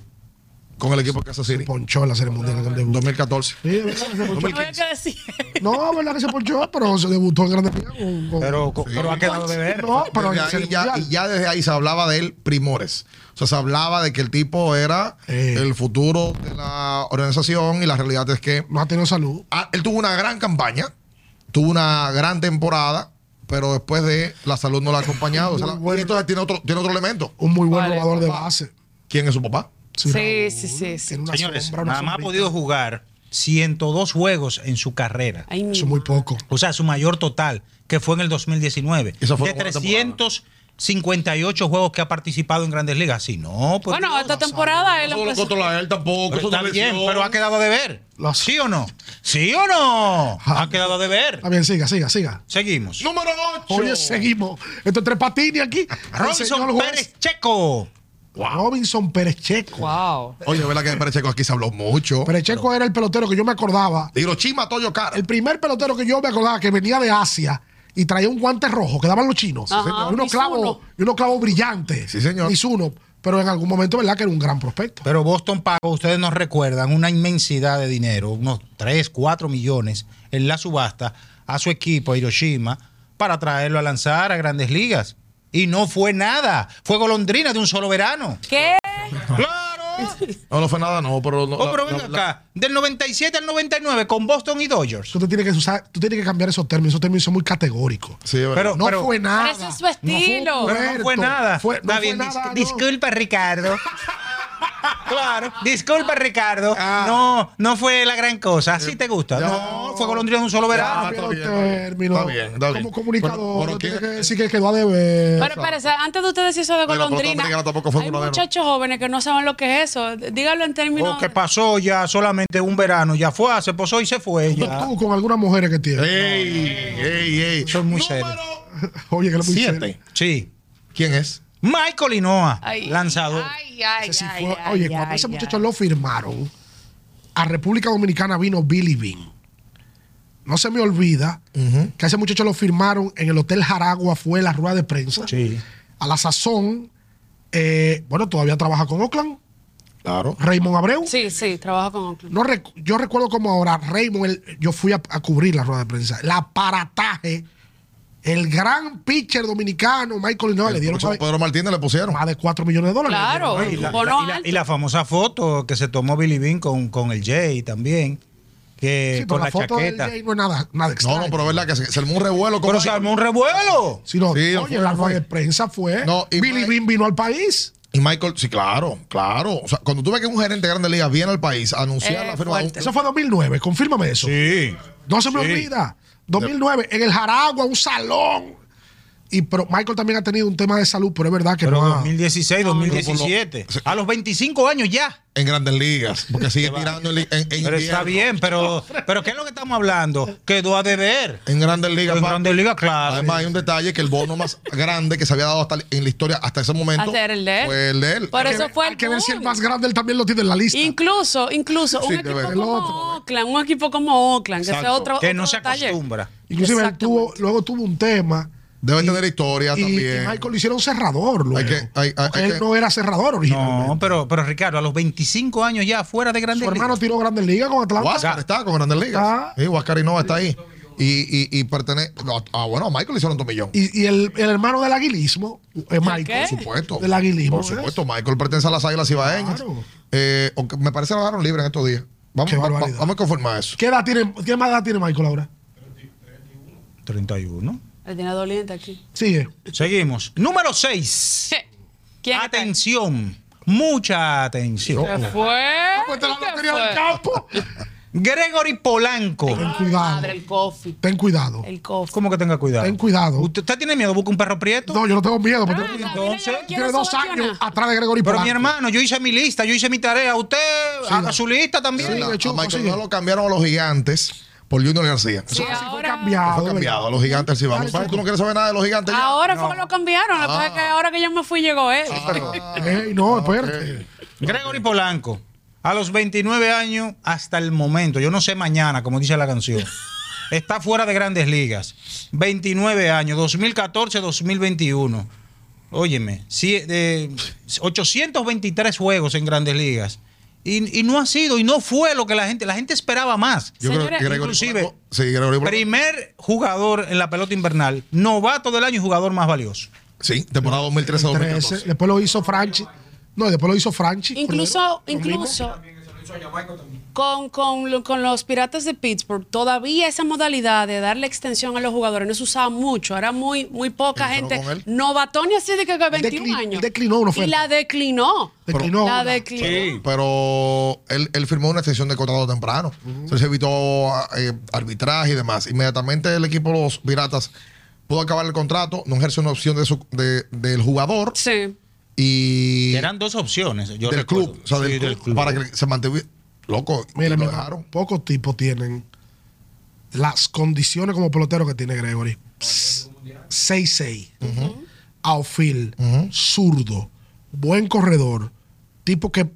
[SPEAKER 4] con el equipo de Kansas City.
[SPEAKER 1] Ponchó en la serie mundial en el debut.
[SPEAKER 4] 2014.
[SPEAKER 1] Sí, es verdad que se ponchó.
[SPEAKER 3] No había que
[SPEAKER 1] <laughs>
[SPEAKER 3] decir.
[SPEAKER 1] No, es verdad que se ponchó, pero se debutó en Grandes Ligas. con- con-
[SPEAKER 2] Pero, eh, co- pero ha quedado de ver.
[SPEAKER 1] no, Ah, pero en
[SPEAKER 4] Desde
[SPEAKER 1] la
[SPEAKER 4] ahí
[SPEAKER 1] serie
[SPEAKER 4] ya-
[SPEAKER 1] mundial.
[SPEAKER 4] y ya desde ahí se hablaba de él primores. O sea, se hablaba de que el tipo era
[SPEAKER 1] Eh.
[SPEAKER 4] el futuro de la organización y la realidad es que
[SPEAKER 1] No ha tenido salud.
[SPEAKER 4] ah, él tuvo una gran campaña, tuvo una gran temporada, pero después de la salud no la ha acompañado. O sea, la-
[SPEAKER 1] Bueno.
[SPEAKER 4] y entonces tiene otro, tiene otro elemento.
[SPEAKER 1] Un muy buen
[SPEAKER 3] Vale.
[SPEAKER 1] jugador de base.
[SPEAKER 4] ¿Quién es su papá?
[SPEAKER 3] Sí,
[SPEAKER 1] Raúl.
[SPEAKER 3] sí, sí, sí.
[SPEAKER 1] Tiene una
[SPEAKER 2] Señores,
[SPEAKER 1] sombra, una
[SPEAKER 2] nada más ha
[SPEAKER 1] sombrita.
[SPEAKER 2] podido jugar 102 juegos en su carrera.
[SPEAKER 3] Ay, mi
[SPEAKER 1] Eso es muy
[SPEAKER 3] madre.
[SPEAKER 1] poco.
[SPEAKER 2] O sea, su mayor total, que fue en el 2019.
[SPEAKER 4] Esa fue
[SPEAKER 2] de
[SPEAKER 4] la buena temporada.
[SPEAKER 2] 358 juegos que ha participado en Grandes Ligas. Si no, pues
[SPEAKER 3] Bueno,
[SPEAKER 2] no.
[SPEAKER 3] esta temporada él
[SPEAKER 4] Eso lo
[SPEAKER 3] empezó-
[SPEAKER 4] controla él tampoco.
[SPEAKER 2] Pero
[SPEAKER 4] eso
[SPEAKER 2] está
[SPEAKER 4] no es
[SPEAKER 2] bien,
[SPEAKER 4] lesión.
[SPEAKER 2] pero ha quedado de ver.
[SPEAKER 1] Lo sé.
[SPEAKER 2] ¿Sí o no? Ah. ¿Sí o no? Ha quedado de ver.
[SPEAKER 1] Está bien, siga, siga, siga.
[SPEAKER 2] Seguimos.
[SPEAKER 4] Número 8.
[SPEAKER 1] Oye, seguimos. Esto es tres patines aquí. Al señor
[SPEAKER 2] Robinson
[SPEAKER 1] juez.
[SPEAKER 2] Pérez Checo.
[SPEAKER 1] Robinson Pérez Checo.
[SPEAKER 3] Wow.
[SPEAKER 4] Oye, ¿verdad que de Pérez Checo aquí se habló mucho?
[SPEAKER 1] Pérez Checo era el pelotero que yo me acordaba.
[SPEAKER 4] Hiroshima Toyo Cara.
[SPEAKER 1] El primer pelotero que yo me acordaba que venía de Asia y traía un guante rojo que daban los chinos.
[SPEAKER 3] Ajá,
[SPEAKER 1] Y unos
[SPEAKER 3] Mizuno.
[SPEAKER 1] clavos, y unos clavos brillantes.
[SPEAKER 4] Sí, señor.
[SPEAKER 1] Mizuno. Pero en algún momento, ¿verdad? Que era un gran prospecto.
[SPEAKER 2] Pero Boston pagó, ustedes nos recuerdan, una inmensidad de dinero, unos 3, 4 millones en la subasta a su equipo, a Hiroshima, para traerlo a lanzar a grandes ligas. Y no fue nada. Fue golondrina de un solo verano.
[SPEAKER 3] ¿Qué?
[SPEAKER 2] ¡Claro!
[SPEAKER 4] No, no fue nada, no, pero... No,
[SPEAKER 2] Oh, pero
[SPEAKER 4] la-
[SPEAKER 2] ven
[SPEAKER 4] la-
[SPEAKER 2] acá. Del 97 al 99 con Boston y Dodgers.
[SPEAKER 1] Tú, te tienes que usar, tú tienes que cambiar esos términos. Esos términos son muy categóricos.
[SPEAKER 4] Sí, es verdad.
[SPEAKER 2] Pero-
[SPEAKER 1] No fue nada.
[SPEAKER 3] Pero eso es su estilo.
[SPEAKER 1] un
[SPEAKER 2] Pero no fue
[SPEAKER 1] puerto.
[SPEAKER 2] nada.
[SPEAKER 1] Fue- no
[SPEAKER 2] Está
[SPEAKER 1] fue
[SPEAKER 2] bien, dis-
[SPEAKER 1] nada, no.
[SPEAKER 2] Disculpa,
[SPEAKER 1] <laughs>
[SPEAKER 2] Ricardo. claro. Disculpa, Ricardo.
[SPEAKER 4] Ah.
[SPEAKER 2] No, no fue la gran cosa. Así te gusta.
[SPEAKER 4] ya.
[SPEAKER 2] No, fue golondrina de un solo
[SPEAKER 4] Ah,
[SPEAKER 2] verano.
[SPEAKER 4] está
[SPEAKER 1] Pero
[SPEAKER 4] bien, está bien.
[SPEAKER 1] término,
[SPEAKER 4] Está bien, está bien.
[SPEAKER 1] Como comunicador,
[SPEAKER 4] Pero- pero
[SPEAKER 1] tiene
[SPEAKER 4] ¿qué-
[SPEAKER 1] que decir que quedó a deber.
[SPEAKER 3] Pero espérese, antes de usted decir eso de
[SPEAKER 4] pelota
[SPEAKER 3] golondrina,
[SPEAKER 4] dominicana tampoco fue
[SPEAKER 3] hay
[SPEAKER 4] fundadero.
[SPEAKER 3] muchachos jóvenes que no saben lo que es eso. Dígalo en términos...
[SPEAKER 2] O que pasó ya solamente un verano. Ya fue, se posó y se fue.
[SPEAKER 1] Tú, <laughs>
[SPEAKER 2] Ya.
[SPEAKER 1] tú con algunas mujeres que tienes.
[SPEAKER 4] Eh, ¡Ey! ¡Ey, ey!
[SPEAKER 2] Son muy
[SPEAKER 4] Número
[SPEAKER 2] serios.
[SPEAKER 1] Oye, que lo muy
[SPEAKER 4] siete.
[SPEAKER 1] serio.
[SPEAKER 2] Sí.
[SPEAKER 4] ¿Quién es?
[SPEAKER 2] Michael Inoa,
[SPEAKER 3] Ay,
[SPEAKER 2] lanzador.
[SPEAKER 3] Ay, ay,
[SPEAKER 1] Ese sí
[SPEAKER 3] ay,
[SPEAKER 1] fue-
[SPEAKER 3] ay,
[SPEAKER 1] oye,
[SPEAKER 3] ay,
[SPEAKER 1] cuando ese
[SPEAKER 3] ay.
[SPEAKER 1] muchacho lo firmaron, a República Dominicana vino Billy Bean. No se me olvida que a ese muchacho lo firmaron en el Hotel Jaragua, fue la rueda de prensa.
[SPEAKER 2] Sí.
[SPEAKER 1] A la sazón, eh, bueno, todavía trabaja con Oakland,
[SPEAKER 4] Claro.
[SPEAKER 1] Raymond Abreu.
[SPEAKER 3] Sí, sí, trabaja con Oakland.
[SPEAKER 1] No recu- yo recuerdo como ahora, Raymond, el- yo fui a, a cubrir la rueda de prensa. El aparataje, el gran pitcher dominicano, Michael Linoa, le dieron
[SPEAKER 4] Por eso
[SPEAKER 1] más,
[SPEAKER 4] Pedro Martínez le pusieron.
[SPEAKER 1] más de 4 millones de dólares.
[SPEAKER 3] Claro.
[SPEAKER 1] Le dieron, ¿eh?
[SPEAKER 2] Y la,
[SPEAKER 3] Bono
[SPEAKER 2] y la-
[SPEAKER 3] alto.
[SPEAKER 2] y la famosa foto que se tomó Billy Bean con, con el Jay también. Que,
[SPEAKER 1] Sí, pero
[SPEAKER 2] Eh, con la,
[SPEAKER 1] la foto de él
[SPEAKER 2] chaqueta.
[SPEAKER 1] ahí no es nada, nada
[SPEAKER 4] No,
[SPEAKER 1] extraño.
[SPEAKER 4] no, pero verdad que se, se armó un revuelo. con
[SPEAKER 2] Pero se
[SPEAKER 4] Michael.
[SPEAKER 2] armó un revuelo.
[SPEAKER 1] Si no,
[SPEAKER 4] Sí,
[SPEAKER 1] oye,
[SPEAKER 4] no fue,
[SPEAKER 1] la
[SPEAKER 4] no
[SPEAKER 1] rueda
[SPEAKER 4] fue.
[SPEAKER 1] de prensa fue.
[SPEAKER 4] No, y
[SPEAKER 1] Billy
[SPEAKER 4] Ma-
[SPEAKER 1] Bean vino al país.
[SPEAKER 4] Y Michael, sí, claro, claro. O sea, cuando tú ves que un gerente de Grandes Ligas viene al país a anunciar
[SPEAKER 3] Eh,
[SPEAKER 4] la firma de un-
[SPEAKER 3] fuerte.
[SPEAKER 1] Eso fue 2009, confírmame eso.
[SPEAKER 2] Sí.
[SPEAKER 1] No se me
[SPEAKER 2] Sí.
[SPEAKER 1] olvida. 2009, en el Jaragua, un salón. Y pero Michael también ha tenido un tema de salud, pero es verdad que
[SPEAKER 2] Pero
[SPEAKER 1] no ha-
[SPEAKER 2] 2016, 2017.
[SPEAKER 4] Pero por lo-
[SPEAKER 2] A los 25 años ya.
[SPEAKER 4] en Grandes Ligas, porque sigue tirando en, li- en- en
[SPEAKER 2] Pero está
[SPEAKER 4] invierno.
[SPEAKER 2] bien, pero, pero ¿qué es lo que estamos hablando? Quedó a deber.
[SPEAKER 4] En Grandes Ligas.
[SPEAKER 2] En
[SPEAKER 4] pa-
[SPEAKER 2] Grandes Ligas, claro.
[SPEAKER 4] Además, hay un detalle que el bono más grande que se había dado hasta en la historia hasta ese momento
[SPEAKER 3] Hasta era el de él.
[SPEAKER 4] fue el de él.
[SPEAKER 3] Por
[SPEAKER 1] Hay que
[SPEAKER 3] eso
[SPEAKER 1] ver-
[SPEAKER 3] fue
[SPEAKER 1] Hay
[SPEAKER 3] el
[SPEAKER 1] que ver si el
[SPEAKER 3] boom.
[SPEAKER 1] más grande él también lo tiene en la lista.
[SPEAKER 3] Incluso, incluso,
[SPEAKER 4] Sí,
[SPEAKER 3] un
[SPEAKER 4] de
[SPEAKER 3] equipo
[SPEAKER 4] verdad.
[SPEAKER 1] El
[SPEAKER 3] como
[SPEAKER 1] otro.
[SPEAKER 3] Oakland, un equipo como Oakland, que ese
[SPEAKER 4] Exacto.
[SPEAKER 3] otro
[SPEAKER 2] Que no
[SPEAKER 3] otro
[SPEAKER 2] se
[SPEAKER 3] detalle.
[SPEAKER 2] acostumbra.
[SPEAKER 1] Inclusive él tuvo,
[SPEAKER 3] Exactamente.
[SPEAKER 1] luego tuvo un tema.
[SPEAKER 4] Debe
[SPEAKER 1] Y-
[SPEAKER 4] tener historia
[SPEAKER 1] Y, y
[SPEAKER 4] Ah, también.
[SPEAKER 1] Michael lo hicieron cerrador. Luego.
[SPEAKER 4] Hay que- hay- hay-
[SPEAKER 1] Porque
[SPEAKER 4] hay
[SPEAKER 1] él
[SPEAKER 4] que-
[SPEAKER 1] no era cerrador originalmente.
[SPEAKER 2] No, pero, pero Ricardo, a los 25 años ya fuera de
[SPEAKER 1] Su
[SPEAKER 2] Grandes
[SPEAKER 1] hermano
[SPEAKER 2] Ligas.
[SPEAKER 1] tiró Grandes Ligas con Atlanta.
[SPEAKER 4] Huáscar está con Grandes Ligas.
[SPEAKER 1] Ah.
[SPEAKER 4] Sí, Huáscar Innova está ahí. Y, y, y pertenece. no, Ah, bueno, a Michael le hicieron un millón.
[SPEAKER 1] Y, y el, el hermano del aguilismo, eh, Michael.
[SPEAKER 3] qué?
[SPEAKER 4] Por supuesto.
[SPEAKER 1] Del aguilismo.
[SPEAKER 4] Por supuesto, Michael pertenece a las águilas cibaeñas.
[SPEAKER 1] Claro.
[SPEAKER 4] Eh, aunque me parece que lo dejaron libre en estos días. Vamos,
[SPEAKER 1] Qué
[SPEAKER 4] va- va-
[SPEAKER 1] barbaridad.
[SPEAKER 4] vamos a conformar eso.
[SPEAKER 1] ¿Qué edad tiene, qué más edad tiene Michael ahora?
[SPEAKER 2] 31.
[SPEAKER 3] Él tiene doliente aquí.
[SPEAKER 1] Sigue.
[SPEAKER 2] Seguimos. Número 6.
[SPEAKER 3] <laughs> ¿Quién está ahí?
[SPEAKER 2] Atención. Mucha atención.
[SPEAKER 3] ¿Qué fue?
[SPEAKER 1] Cuenta Ah, pues la
[SPEAKER 3] ¿Qué
[SPEAKER 1] lotería
[SPEAKER 3] fue?
[SPEAKER 1] del campo.
[SPEAKER 2] Gregory Polanco.
[SPEAKER 1] Ten cuidado.
[SPEAKER 3] Madre, el coffee.
[SPEAKER 1] Ten cuidado.
[SPEAKER 3] El coffee.
[SPEAKER 2] ¿Cómo que tenga cuidado?
[SPEAKER 1] Ten cuidado.
[SPEAKER 2] ¿Usted, usted tiene miedo? ¿Busca un perro prieto?
[SPEAKER 1] No, yo no tengo miedo. pero
[SPEAKER 3] Ah,
[SPEAKER 1] tengo-
[SPEAKER 3] mira,
[SPEAKER 2] entonces,
[SPEAKER 3] yo lo quiero
[SPEAKER 1] tiene dos
[SPEAKER 3] solucionar.
[SPEAKER 1] años atrás de Gregory
[SPEAKER 2] Pero mi
[SPEAKER 1] Polanco.
[SPEAKER 2] hermano, yo hice mi lista, yo hice mi tarea. Usted haga
[SPEAKER 1] da.
[SPEAKER 2] su lista también.
[SPEAKER 1] Sí,
[SPEAKER 4] A-
[SPEAKER 1] de hecho,
[SPEAKER 4] a Michael
[SPEAKER 1] sí.
[SPEAKER 4] no lo cambiaron a los gigantes por Junior García.
[SPEAKER 3] Sí,
[SPEAKER 4] Eso
[SPEAKER 3] ahora,
[SPEAKER 1] Cambiado, eh.
[SPEAKER 4] fue
[SPEAKER 1] Ah, ¿verdad?
[SPEAKER 4] cambiado a los gigantes del Cibao. Papá, ¿Tú no quieres saber nada de los gigantes? ya?
[SPEAKER 3] ahora fue que lo cambiaron. Lo que pasa es que ahora que yo me fui llegó él.
[SPEAKER 1] Ey, no, espérate.
[SPEAKER 2] Gregory Polanco, a los 29 años hasta el momento, yo no sé mañana, como dice la canción, está fuera de grandes ligas. 29 años, 2014-2021. Óyeme, si- eh, 823 juegos en grandes ligas. Y, y no ha sido, y no fue lo que la gente, la gente esperaba más.
[SPEAKER 4] Yo creo que
[SPEAKER 3] Señores,
[SPEAKER 4] Gregory
[SPEAKER 2] inclusive,
[SPEAKER 4] Polanco- sí, Gregory Polanco-
[SPEAKER 2] Primer jugador en la pelota invernal, novato del año y jugador más valioso.
[SPEAKER 4] Sí, temporada 2013-2014.
[SPEAKER 1] Trece. Después lo hizo Franchi. No, después lo hizo Franchi.
[SPEAKER 3] Incluso,
[SPEAKER 1] Primero, lo
[SPEAKER 3] incluso
[SPEAKER 5] También eso lo hizo Jamaica también.
[SPEAKER 3] con, con, lo- con los Piratas de Pittsburgh, todavía esa modalidad de darle extensión a los jugadores no se usaba mucho. Era muy, muy poca
[SPEAKER 4] Entró
[SPEAKER 3] gente.
[SPEAKER 4] con él.
[SPEAKER 3] Novatón y así de que 21
[SPEAKER 1] decli-
[SPEAKER 3] años.
[SPEAKER 1] declinó una
[SPEAKER 3] y
[SPEAKER 1] oferta.
[SPEAKER 3] la declinó.
[SPEAKER 1] Declinó
[SPEAKER 3] la
[SPEAKER 1] una.
[SPEAKER 3] declinó.
[SPEAKER 4] Pero él, él firmó una extensión de contrato temprano. Entonces se evitó eh, arbitraje y demás. Inmediatamente el equipo de los Piratas pudo acabar el contrato, no ejerce una opción de su- de- del jugador
[SPEAKER 3] Sí.
[SPEAKER 4] y
[SPEAKER 2] Que Eran dos opciones. yo
[SPEAKER 4] del
[SPEAKER 2] recuerdo.
[SPEAKER 4] club, o sea,
[SPEAKER 2] Sí,
[SPEAKER 4] del club, para que se mantuviera. Loco,
[SPEAKER 1] Mira,
[SPEAKER 4] lo
[SPEAKER 1] mi hermano,
[SPEAKER 4] dejaron.
[SPEAKER 1] pocos tipos tienen las condiciones como pelotero que tiene Gregory. Pss, 6-6, outfield, zurdo, buen corredor, tipo que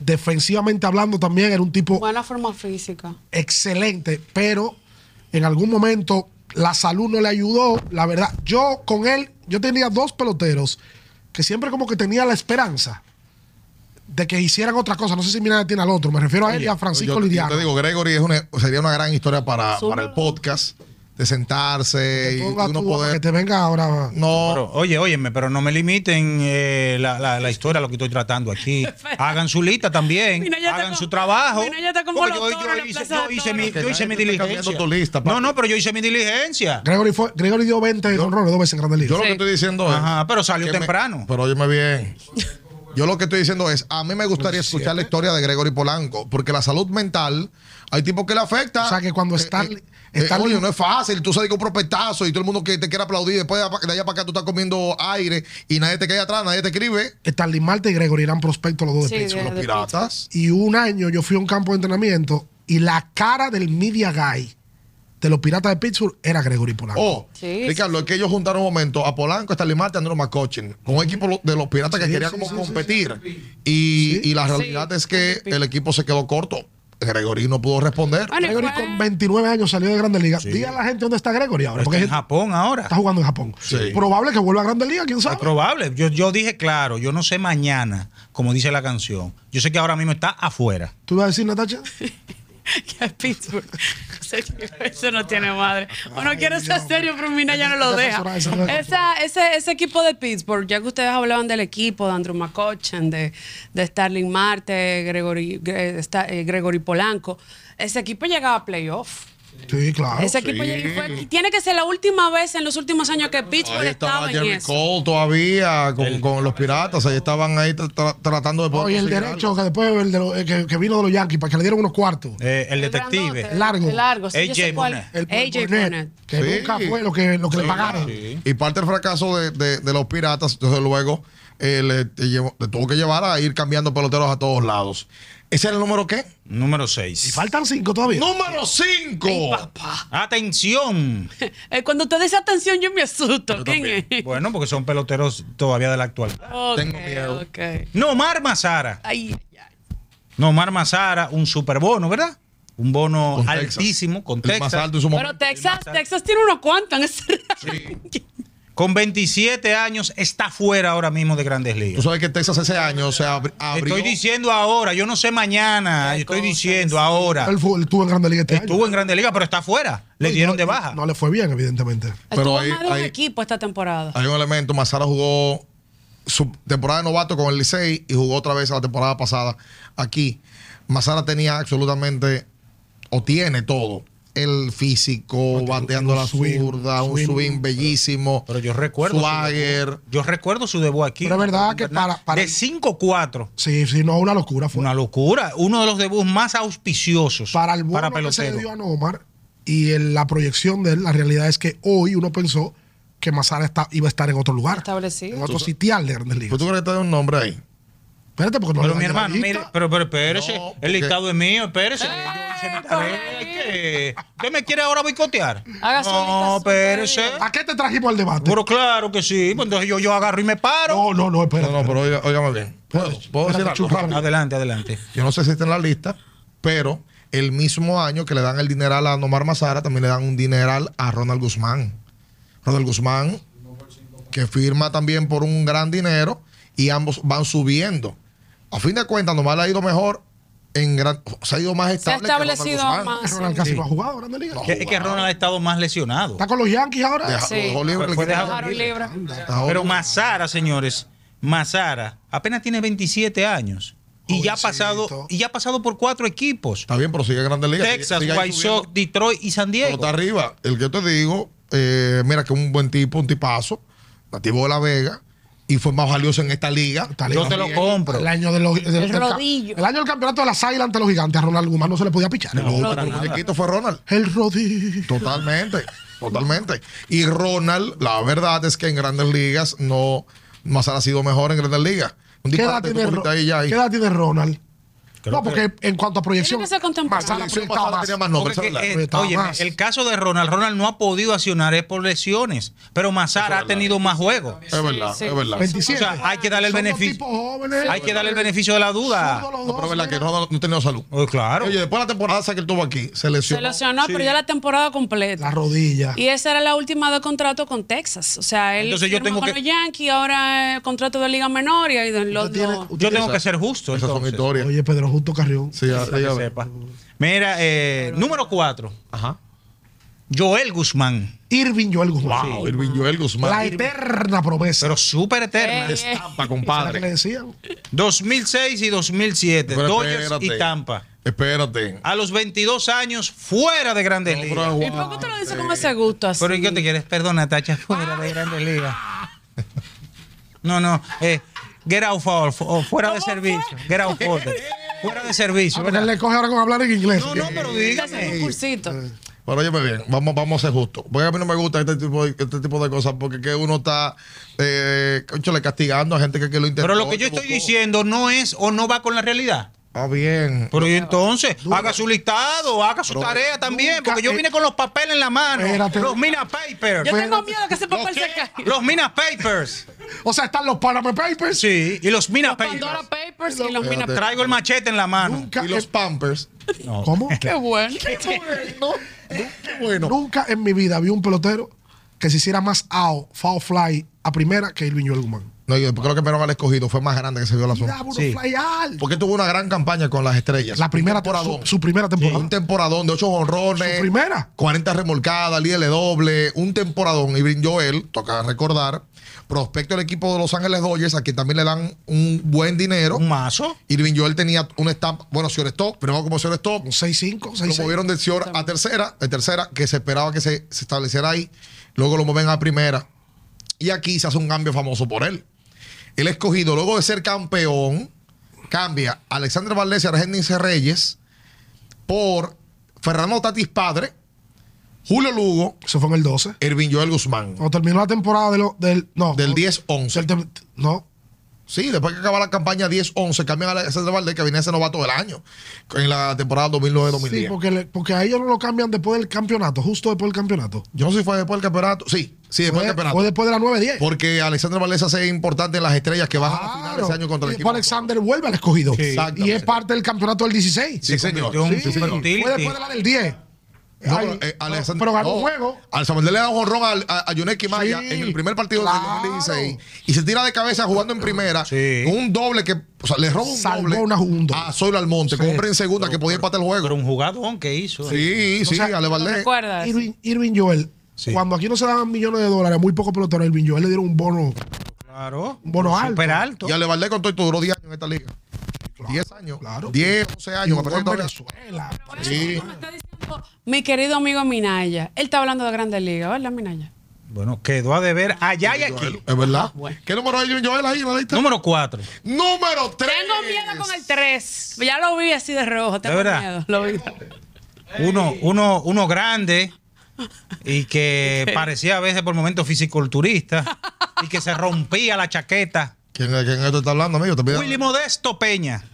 [SPEAKER 1] defensivamente hablando también era un tipo
[SPEAKER 3] Buena forma física.
[SPEAKER 1] excelente, pero en algún momento la salud no le ayudó. La verdad, yo con él, yo tenía dos peloteros que siempre como que tenía la esperanza de que hicieran otra cosa. No sé si Miranda tiene al otro, me refiero a él y a Francisco
[SPEAKER 4] Yo- yo
[SPEAKER 1] Lidiano.
[SPEAKER 4] te digo, Gregory es una- sería una gran historia para,
[SPEAKER 3] Suma-
[SPEAKER 4] para el podcast, de sentarse y
[SPEAKER 1] Ponga
[SPEAKER 4] uno
[SPEAKER 1] tú, ah, Que
[SPEAKER 4] poder.
[SPEAKER 1] te venga ahora.
[SPEAKER 4] No,
[SPEAKER 2] Pero, oye, óyeme, pero no me limiten eh, la, la- la historia, lo que estoy tratando
[SPEAKER 3] <laughs>
[SPEAKER 2] aquí. Hagan su lista también.
[SPEAKER 3] Mira, ya está
[SPEAKER 2] hagan
[SPEAKER 3] como-
[SPEAKER 2] su trabajo.
[SPEAKER 3] mira, ya está como
[SPEAKER 2] Porque
[SPEAKER 3] los
[SPEAKER 2] yo,
[SPEAKER 3] toros en
[SPEAKER 2] yo
[SPEAKER 3] la
[SPEAKER 2] hice,
[SPEAKER 3] plaza
[SPEAKER 2] yo
[SPEAKER 3] de
[SPEAKER 2] hice mi,
[SPEAKER 3] toros.
[SPEAKER 2] yo hice mi
[SPEAKER 4] Nadie te está
[SPEAKER 2] diligencia.
[SPEAKER 4] cambiando tu lista, papi.
[SPEAKER 2] no, no, pero yo hice mi diligencia.
[SPEAKER 1] Gregory, fue, Gregory dio 20 honrones dos veces en Grandes
[SPEAKER 4] Yo
[SPEAKER 1] Ligas.
[SPEAKER 4] lo que
[SPEAKER 3] Sí.
[SPEAKER 4] estoy diciendo es.
[SPEAKER 2] Ajá, pero salió
[SPEAKER 4] que me-
[SPEAKER 2] temprano.
[SPEAKER 4] pero
[SPEAKER 3] <laughs>
[SPEAKER 4] óyeme bien. Yo lo que estoy diciendo es, a mí me gustaría escuchar la historia de Gregory Polanco, porque la salud mental, hay tipos que le afecta. Eh,
[SPEAKER 1] O sea, que cuando está- está-
[SPEAKER 4] oye, no es fácil, tú sales con un propetazo y todo el mundo que te quiere aplaudir, después de pa- de allá para acá tú estás comiendo aire y nadie te cae atrás, nadie te escribe.
[SPEAKER 1] Stanley Marte y Gregory eran prospectos los dos de
[SPEAKER 3] Sí,
[SPEAKER 1] Pittsburgh.
[SPEAKER 3] de-
[SPEAKER 4] Los
[SPEAKER 3] de
[SPEAKER 4] piratas.
[SPEAKER 1] Y un año yo fui a un campo de entrenamiento y la cara del media guy de los piratas de Pittsburgh era Gregory Polanco.
[SPEAKER 4] Oh,
[SPEAKER 3] Sí,
[SPEAKER 4] Ricardo, es que ellos juntaron un momento a Polanco, a Stanley Marte, a Andrew McCutcheon, con un equipo lo- de los piratas que quería como competir. Y, y la realidad es que el equipo se quedó corto. Gregory no pudo responder.
[SPEAKER 3] Bueno, y
[SPEAKER 1] Gregory
[SPEAKER 3] fue-
[SPEAKER 1] con 29 años salió de Grandes Ligas. Diga a la gente dónde está Gregory ahora.
[SPEAKER 2] Pero
[SPEAKER 1] Porque
[SPEAKER 2] está en
[SPEAKER 1] gente-
[SPEAKER 2] Japón ahora.
[SPEAKER 1] está jugando en Japón. Probable que vuelva a Grandes Ligas, quién
[SPEAKER 2] Es
[SPEAKER 1] sabe.
[SPEAKER 2] probable. Yo, yo dije claro, yo no sé mañana, como dice la canción. Yo sé que ahora mismo está afuera.
[SPEAKER 1] ¿Tú ibas a decir,
[SPEAKER 3] <laughs>
[SPEAKER 1] Natacha?
[SPEAKER 3] que es Pittsburgh. <laughs> O sea, que Eso no tiene madre. Uno quiere ser serio, pero Mina ya no lo deja.
[SPEAKER 1] Esa- esa-
[SPEAKER 3] Esa- ese, ese equipo de Pittsburgh, ya que ustedes hablaban del equipo, de Andrew McCutcheon, de, de Starling Marte, Gregory, Gre- Sta- eh, Gregory Polanco, ese equipo llegaba a playoff.
[SPEAKER 1] Ah, Sí, claro.
[SPEAKER 3] Ese equipo llegó y fue- y tiene que ser la última vez en los últimos años que Pittsburgh
[SPEAKER 4] Ahí estaba
[SPEAKER 3] estaba en
[SPEAKER 4] Jerry
[SPEAKER 3] eso.
[SPEAKER 4] Cole todavía con, con los piratas. Ahí estaban ahí tra- tra- tratando de
[SPEAKER 1] No, y el
[SPEAKER 4] conseguir
[SPEAKER 1] derecho
[SPEAKER 4] algo.
[SPEAKER 1] que después el de los- eh, que, que vino de los Yankees para que le dieran unos cuartos.
[SPEAKER 2] Eh, el
[SPEAKER 3] grandote,
[SPEAKER 2] detective.
[SPEAKER 3] el
[SPEAKER 1] Largo.
[SPEAKER 3] largo, sí, yo
[SPEAKER 2] AJ
[SPEAKER 3] sé cuál.
[SPEAKER 2] Bonet.
[SPEAKER 1] El
[SPEAKER 3] AJ
[SPEAKER 1] Bonet,
[SPEAKER 3] Bonet.
[SPEAKER 1] que
[SPEAKER 4] Sí.
[SPEAKER 1] nunca fue lo que, lo que le pagaron.
[SPEAKER 4] Y parte del fracaso de, de- de los piratas, desde luego, eh, le, te llevó- le tuvo que llevar a ir cambiando peloteros a todos lados. ¿Ese era el número qué?
[SPEAKER 2] Número
[SPEAKER 1] Y
[SPEAKER 2] 6.
[SPEAKER 1] faltan cinco todavía.
[SPEAKER 4] ¡Número 5!
[SPEAKER 2] Atención.
[SPEAKER 3] Eh, cuando usted dice atención, yo me asusto. ¿Quién <laughs> es?
[SPEAKER 2] Bueno, porque son peloteros todavía de la actualidad.
[SPEAKER 3] Ok,
[SPEAKER 4] Tengo miedo.
[SPEAKER 3] ok.
[SPEAKER 2] Nomar Mazara.
[SPEAKER 3] Ay, ay, ay.
[SPEAKER 2] Nomar Mazara, un super bono, ¿verdad? Un bono
[SPEAKER 4] Con Texas.
[SPEAKER 2] altísimo con
[SPEAKER 4] El
[SPEAKER 2] Texas.
[SPEAKER 4] más alto en su
[SPEAKER 3] Pero
[SPEAKER 4] momento.
[SPEAKER 3] Texas, Texas tiene unos cuantos en ese <laughs> ranking.
[SPEAKER 2] Con 27 años está fuera ahora mismo de Grandes
[SPEAKER 4] Tú
[SPEAKER 2] Ligas.
[SPEAKER 4] sabes que Texas ese año se abri- abrió.
[SPEAKER 2] Estoy diciendo ahora, yo no sé mañana,
[SPEAKER 3] Qué
[SPEAKER 2] yo estoy
[SPEAKER 3] cosa,
[SPEAKER 2] diciendo
[SPEAKER 3] sí.
[SPEAKER 2] ahora.
[SPEAKER 1] Él, fue- él estuvo en Grandes Ligas este año.
[SPEAKER 2] Estuvo en Grandes Ligas, pero está fuera. Le
[SPEAKER 1] Y
[SPEAKER 2] dieron
[SPEAKER 1] no-
[SPEAKER 2] de baja.
[SPEAKER 1] No le fue bien, evidentemente.
[SPEAKER 4] Pero
[SPEAKER 3] Estuvo
[SPEAKER 4] ahí-
[SPEAKER 3] más de un
[SPEAKER 4] ahí-
[SPEAKER 3] equipo esta temporada.
[SPEAKER 4] Hay un elemento. Mazara jugó su temporada de novato con el Licey y jugó otra vez la temporada pasada aquí. Mazara tenía absolutamente o tiene todo el físico, bateando la
[SPEAKER 1] swing,
[SPEAKER 4] zurda, un
[SPEAKER 1] swing.
[SPEAKER 4] swing bellísimo.
[SPEAKER 2] Pero yo recuerdo. su
[SPEAKER 4] Swagger.
[SPEAKER 2] debut. Yo recuerdo su debut aquí.
[SPEAKER 1] Pero es verdad que
[SPEAKER 2] Fernández.
[SPEAKER 1] para- para-
[SPEAKER 2] De 5-4.
[SPEAKER 1] Sí, sí, no, una locura
[SPEAKER 2] Fue
[SPEAKER 1] fue.
[SPEAKER 2] una locura. Uno de los debuts más auspiciosos
[SPEAKER 1] para el bono que se le
[SPEAKER 2] pelotero.
[SPEAKER 1] dio a Nomar y el- la proyección de él, la realidad es que hoy uno pensó que Mazara está- iba a estar en otro lugar.
[SPEAKER 3] Establecido.
[SPEAKER 1] En otro sitial de Grandes Ligas.
[SPEAKER 4] ¿Pues tú crees que te da un nombre ahí?
[SPEAKER 1] Espérate, porque no
[SPEAKER 2] Pero
[SPEAKER 1] le
[SPEAKER 2] mi
[SPEAKER 1] dañe la
[SPEAKER 2] hermano,
[SPEAKER 1] vista.
[SPEAKER 2] mire, pero, pero espérese,
[SPEAKER 4] No, porque-
[SPEAKER 2] el listado es mío, espérese. Yo hice mi tarea, ¿qué? ¿Usted me quiere ahora boicotear?
[SPEAKER 3] Haga su
[SPEAKER 2] no,
[SPEAKER 3] lista, su
[SPEAKER 2] espérese.
[SPEAKER 3] tarea.
[SPEAKER 1] ¿A qué te trajimos al debate?
[SPEAKER 2] Pero claro que sí, pues entonces yo, yo agarro y me paro.
[SPEAKER 1] no, no, no, espérate.
[SPEAKER 4] No, no, pero oiga, óigame bien. ¿Puedo, puedo decir algo
[SPEAKER 1] Chupa,
[SPEAKER 4] rápido?
[SPEAKER 2] Adelante, adelante.
[SPEAKER 4] Yo no sé si está en la lista, pero el mismo año que le dan el dineral a Nomar Mazara, también le dan un dineral a Ronald Guzmán. Ronald Guzmán, que firma también por un gran dinero y ambos van subiendo. A fin de cuentas, Nomar le ha ido mejor, en gran- se ha ido más
[SPEAKER 3] Se ha
[SPEAKER 4] estable. que Ronald
[SPEAKER 3] establecido
[SPEAKER 4] Guzmán.
[SPEAKER 3] más.
[SPEAKER 1] Ronald casi no ha jugado Grandes Ligas.
[SPEAKER 2] Que- es que Ronald ha estado más lesionado.
[SPEAKER 1] Está con los Yankees ahora.
[SPEAKER 4] Deja-
[SPEAKER 3] Sí.
[SPEAKER 4] dejó libre,
[SPEAKER 2] Fue-
[SPEAKER 4] le
[SPEAKER 2] fue
[SPEAKER 4] quitaron-
[SPEAKER 2] dejado-
[SPEAKER 3] Dejaron libre.
[SPEAKER 4] dejó
[SPEAKER 2] Pero
[SPEAKER 4] libre.
[SPEAKER 2] Mazara, señores, Mazara apenas tiene 27 años. Y ya, ha pasado,
[SPEAKER 1] Jovencito.
[SPEAKER 2] y ya ha pasado por cuatro equipos.
[SPEAKER 4] Está bien, pero sigue en Grandes Ligas. sigue-
[SPEAKER 2] Texas,
[SPEAKER 4] sigue ahí
[SPEAKER 2] White
[SPEAKER 4] subiendo.
[SPEAKER 2] Sox, Detroit y San
[SPEAKER 4] Pero
[SPEAKER 2] Diego.
[SPEAKER 4] está arriba. El que yo te digo, eh, mira que un buen tipo, un tipazo, nativo de La Vega, y fue más valioso en esta liga.
[SPEAKER 1] Esta
[SPEAKER 2] Yo
[SPEAKER 1] liga
[SPEAKER 2] te lo
[SPEAKER 1] también.
[SPEAKER 2] compro.
[SPEAKER 1] El año, de los- del- del ca-
[SPEAKER 3] rodillo.
[SPEAKER 1] el año del campeonato de las Águilas ante los gigantes, a Ronald Guzmán no se le podía pichar.
[SPEAKER 4] El otro
[SPEAKER 2] para
[SPEAKER 4] el
[SPEAKER 2] nada.
[SPEAKER 4] muñequito fue Ronald.
[SPEAKER 1] El rodillo.
[SPEAKER 4] Totalmente, totalmente. Y Ronald, la verdad es que en grandes ligas no más ha sido mejor en grandes ligas. Un
[SPEAKER 1] ¿Qué edad,
[SPEAKER 4] disparate
[SPEAKER 1] tiene
[SPEAKER 4] tú
[SPEAKER 1] Ro-
[SPEAKER 4] cogiste ahí ya ahí.
[SPEAKER 1] qué edad tiene Ronald?
[SPEAKER 2] Creo
[SPEAKER 1] no,
[SPEAKER 2] que-
[SPEAKER 1] porque en cuanto a proyección.
[SPEAKER 3] Tiene que ser contemporáneo.
[SPEAKER 1] Mazara
[SPEAKER 4] La selección
[SPEAKER 1] proyectaba
[SPEAKER 4] pasada
[SPEAKER 1] más.
[SPEAKER 4] tenía más nombres,
[SPEAKER 2] Porque,
[SPEAKER 4] ¿verdad?
[SPEAKER 2] eh,
[SPEAKER 1] Pero estaba
[SPEAKER 2] oye,
[SPEAKER 1] más.
[SPEAKER 2] el caso de Ronald, Ronald no ha podido accionar es por lesiones, pero Mazara ha tenido más juegos.
[SPEAKER 4] Es verdad,
[SPEAKER 3] sí.
[SPEAKER 4] es verdad.
[SPEAKER 1] 27.
[SPEAKER 2] O sea, hay que darle el
[SPEAKER 1] Son dos
[SPEAKER 2] beneficio.
[SPEAKER 1] tipos jóvenes.
[SPEAKER 2] Hay que darle el beneficio de la duda.
[SPEAKER 1] Zurdo los
[SPEAKER 4] No, pero es
[SPEAKER 1] dos,
[SPEAKER 4] verdad que
[SPEAKER 1] ¿verdad?
[SPEAKER 4] Ronald no tenía salud.
[SPEAKER 2] Oh, claro.
[SPEAKER 4] Oye, después de la temporada esa que él tuvo aquí, se
[SPEAKER 3] Se
[SPEAKER 4] lesionó.
[SPEAKER 3] lesionó, pero ya la temporada completa.
[SPEAKER 1] La rodilla.
[SPEAKER 3] Y esa era la última de contrato con Texas. O sea, él
[SPEAKER 2] Ah. Entonces yo
[SPEAKER 3] firma
[SPEAKER 2] tengo
[SPEAKER 3] con
[SPEAKER 2] que-
[SPEAKER 3] los Yankees, ahora eh, contrato de Liga Menor y de los
[SPEAKER 1] Usted tiene-
[SPEAKER 3] dos.
[SPEAKER 2] Yo tengo
[SPEAKER 4] Esa-
[SPEAKER 2] que ser justo.
[SPEAKER 4] Esas son
[SPEAKER 2] entonces.
[SPEAKER 4] historias.
[SPEAKER 1] Oye, Pedro Justo Carrión.
[SPEAKER 4] Sí, ya-
[SPEAKER 2] Para
[SPEAKER 4] ya-
[SPEAKER 2] que sepa. Mira, eh, número cuatro,
[SPEAKER 4] Ajá.
[SPEAKER 2] Joel Guzmán,
[SPEAKER 1] Irving Joel Guzmán.
[SPEAKER 4] Wow, Ah, Irving Joel Guzmán.
[SPEAKER 1] La eterna promesa.
[SPEAKER 2] pero súper eterna.
[SPEAKER 3] Eh, eh.
[SPEAKER 4] estampa,
[SPEAKER 1] ¿Sabes qué le
[SPEAKER 4] compadre.
[SPEAKER 1] decían? Ah,
[SPEAKER 2] 2006 y 2007,
[SPEAKER 4] Pero
[SPEAKER 2] Dodgers
[SPEAKER 4] espérate.
[SPEAKER 2] y Tampa.
[SPEAKER 4] Espérate.
[SPEAKER 2] A los 22 años, fuera de Grandes
[SPEAKER 4] No,
[SPEAKER 2] Ligas.
[SPEAKER 4] pero,
[SPEAKER 3] ¿Y por qué te lo dices con ese gusto así?
[SPEAKER 2] Pero ¿y qué te quieres? Perdona, Tacha, <laughs> fuera de Grandes Ligas. No, no. Eh, get out for, for- fuera de servicio. Get out for. Fuera de
[SPEAKER 1] Ah,
[SPEAKER 2] servicio.
[SPEAKER 1] porque él le coge ahora con hablar en inglés.
[SPEAKER 2] No, no, pero
[SPEAKER 3] Hacer un
[SPEAKER 2] dígame.
[SPEAKER 3] cursito.
[SPEAKER 4] Pero óyeme bien, vamos, vamos a ser justos. Porque a mí no me gusta este tipo de, este tipo de cosas porque que uno está, eh, cónchale, castigando a gente que, que lo intentó.
[SPEAKER 2] Pero lo que yo estoy
[SPEAKER 4] buscó.
[SPEAKER 2] diciendo no es o no va con la realidad.
[SPEAKER 4] Ah, bien.
[SPEAKER 2] Pero y entonces, haga su listado, haga su tarea también, porque yo vine con los papeles en la mano.
[SPEAKER 1] Espérate.
[SPEAKER 2] Los Mina Papers.
[SPEAKER 3] Yo tengo miedo que ese papel se caiga.
[SPEAKER 2] Los Mina Papers.
[SPEAKER 1] O sea, están los Panama Papers.
[SPEAKER 2] Sí, y los Mina
[SPEAKER 3] Pandora
[SPEAKER 2] Papers.
[SPEAKER 3] Papers y los Mina
[SPEAKER 4] Espérate.
[SPEAKER 2] Traigo el machete en la mano.
[SPEAKER 1] Nunca
[SPEAKER 4] Y los
[SPEAKER 1] en-
[SPEAKER 4] Pampers.
[SPEAKER 2] No.
[SPEAKER 4] <laughs>
[SPEAKER 1] ¿Cómo?
[SPEAKER 3] Qué bueno.
[SPEAKER 4] Eh,
[SPEAKER 1] <laughs>
[SPEAKER 4] No, no, qué bueno.
[SPEAKER 1] Nunca en mi vida vi un pelotero que se hiciera más out, foul fly a primera que Irving Joel Guzmán.
[SPEAKER 4] No, yo creo que Perón al escogido fue más grande que se vio la
[SPEAKER 1] Y daba
[SPEAKER 4] zona.
[SPEAKER 1] unos
[SPEAKER 2] Sí.
[SPEAKER 1] fly alto.
[SPEAKER 4] Porque tuvo una gran campaña con las estrellas.
[SPEAKER 1] La primera
[SPEAKER 4] temporada.
[SPEAKER 1] temporada. Su, su primera temporada.
[SPEAKER 4] Un temporadón de 8 honrones.
[SPEAKER 1] Su primera.
[SPEAKER 4] 40 remolcadas, líderes doble, un temporadón. Ibrin Joel, toca recordar, prospecto del equipo de Los Ángeles Dodgers, a quien también le dan un buen dinero.
[SPEAKER 2] Un mazo.
[SPEAKER 4] Irving Joel tenía un estampa, bueno, shortstop, primero como shortstop,
[SPEAKER 1] Un 6-5,
[SPEAKER 4] lo
[SPEAKER 1] 6-6.
[SPEAKER 4] movieron de short a tercera, de tercera, que se esperaba que se, se estableciera ahí, luego lo mueven a primera, y aquí se hace un cambio famoso por él. El escogido, luego de ser campeón, cambia a Alexander Valdés y Argenis Reyes por Fernando Tatis Padre, Julio Lugo,
[SPEAKER 1] Eso fue en el 12.
[SPEAKER 4] Irving Joel Guzmán.
[SPEAKER 1] Cuando terminó la temporada de lo- del. No.
[SPEAKER 4] Del
[SPEAKER 1] no,
[SPEAKER 4] 10-11.
[SPEAKER 1] del tem- No.
[SPEAKER 4] Sí, después que acaba la campaña 10-11, cambian a Alexander Valdés, que viene ese novato del año, en la temporada 2009-2010.
[SPEAKER 1] Sí, porque, le- porque a ellos no lo cambian después del campeonato, justo después del campeonato.
[SPEAKER 4] Yo no sé si fue después del campeonato. Sí, sí, después
[SPEAKER 1] Fue-
[SPEAKER 4] del campeonato.
[SPEAKER 1] Fue después de la 9-10.
[SPEAKER 4] Porque Alexander Valdés hace importante en las estrellas que van a final
[SPEAKER 1] Claro.
[SPEAKER 4] ese año contra
[SPEAKER 1] Y después
[SPEAKER 4] el equipo.
[SPEAKER 1] Alexander vuelve al escogido. Y
[SPEAKER 4] Exactamente.
[SPEAKER 1] es parte del campeonato del 16.
[SPEAKER 4] Sí, señor.
[SPEAKER 2] Yo un
[SPEAKER 1] Sí,
[SPEAKER 2] super
[SPEAKER 1] fue
[SPEAKER 2] utility.
[SPEAKER 1] después de la del 10.
[SPEAKER 4] No,
[SPEAKER 1] Ay,
[SPEAKER 4] pero, eh, Alexander-
[SPEAKER 1] pero ganó
[SPEAKER 4] no,
[SPEAKER 1] un juego.
[SPEAKER 4] Alexander Valdés le da un honrón al- a, a Yuneski Maya
[SPEAKER 1] Sí,
[SPEAKER 4] en el primer partido
[SPEAKER 1] claro.
[SPEAKER 4] del 2016 y se tira de cabeza jugando en primera
[SPEAKER 2] Sí.
[SPEAKER 4] con un doble que o sea, le roba un
[SPEAKER 1] Salvó
[SPEAKER 4] doble
[SPEAKER 1] una- un doble.
[SPEAKER 4] a Soylo Almonte con un hombre en segunda que podía empatar el juego.
[SPEAKER 2] Pero un jugadón que hizo.
[SPEAKER 4] sí, sí,
[SPEAKER 1] sea,
[SPEAKER 4] Ale
[SPEAKER 3] ¿Te
[SPEAKER 4] Valdés.
[SPEAKER 3] recuerdas?
[SPEAKER 1] Irving, Irving Joel.
[SPEAKER 2] Sí.
[SPEAKER 1] Cuando aquí no se daban millones de dólares, muy poco pelotero, a Irving Joel le dieron un bono.
[SPEAKER 2] Claro.
[SPEAKER 1] Un bono alto.
[SPEAKER 2] Super alto.
[SPEAKER 4] Y Ale Valdés con todo esto duró 10 años en esta liga. 10 años.
[SPEAKER 1] claro.
[SPEAKER 4] 10, 11
[SPEAKER 1] Y
[SPEAKER 4] años. me
[SPEAKER 1] jugó
[SPEAKER 4] parece
[SPEAKER 1] en
[SPEAKER 4] que todavía-
[SPEAKER 1] Venezuela.
[SPEAKER 3] Bueno, como está diciendo Mi querido amigo Minaya, él está hablando de Grandes Ligas, ¿verdad, Minaya?
[SPEAKER 2] Bueno, quedó a deber allá y aquí.
[SPEAKER 4] Es verdad.
[SPEAKER 3] bueno.
[SPEAKER 4] ¿Qué número hay, Joel, ahí en la lista?
[SPEAKER 2] Número 4.
[SPEAKER 4] Número 3.
[SPEAKER 3] Tengo miedo con el 3. Ya lo vi así de rojo. Tengo
[SPEAKER 2] verdad?
[SPEAKER 3] miedo. Lo vi.
[SPEAKER 2] Uno, uno, uno grande y
[SPEAKER 1] <laughs>
[SPEAKER 2] que parecía a veces por momentos fisiculturista y que se rompía la chaqueta.
[SPEAKER 4] ¿Quién, ¿Quién esto está hablando, amigo? Te pido-
[SPEAKER 2] Willy Modesto Peña.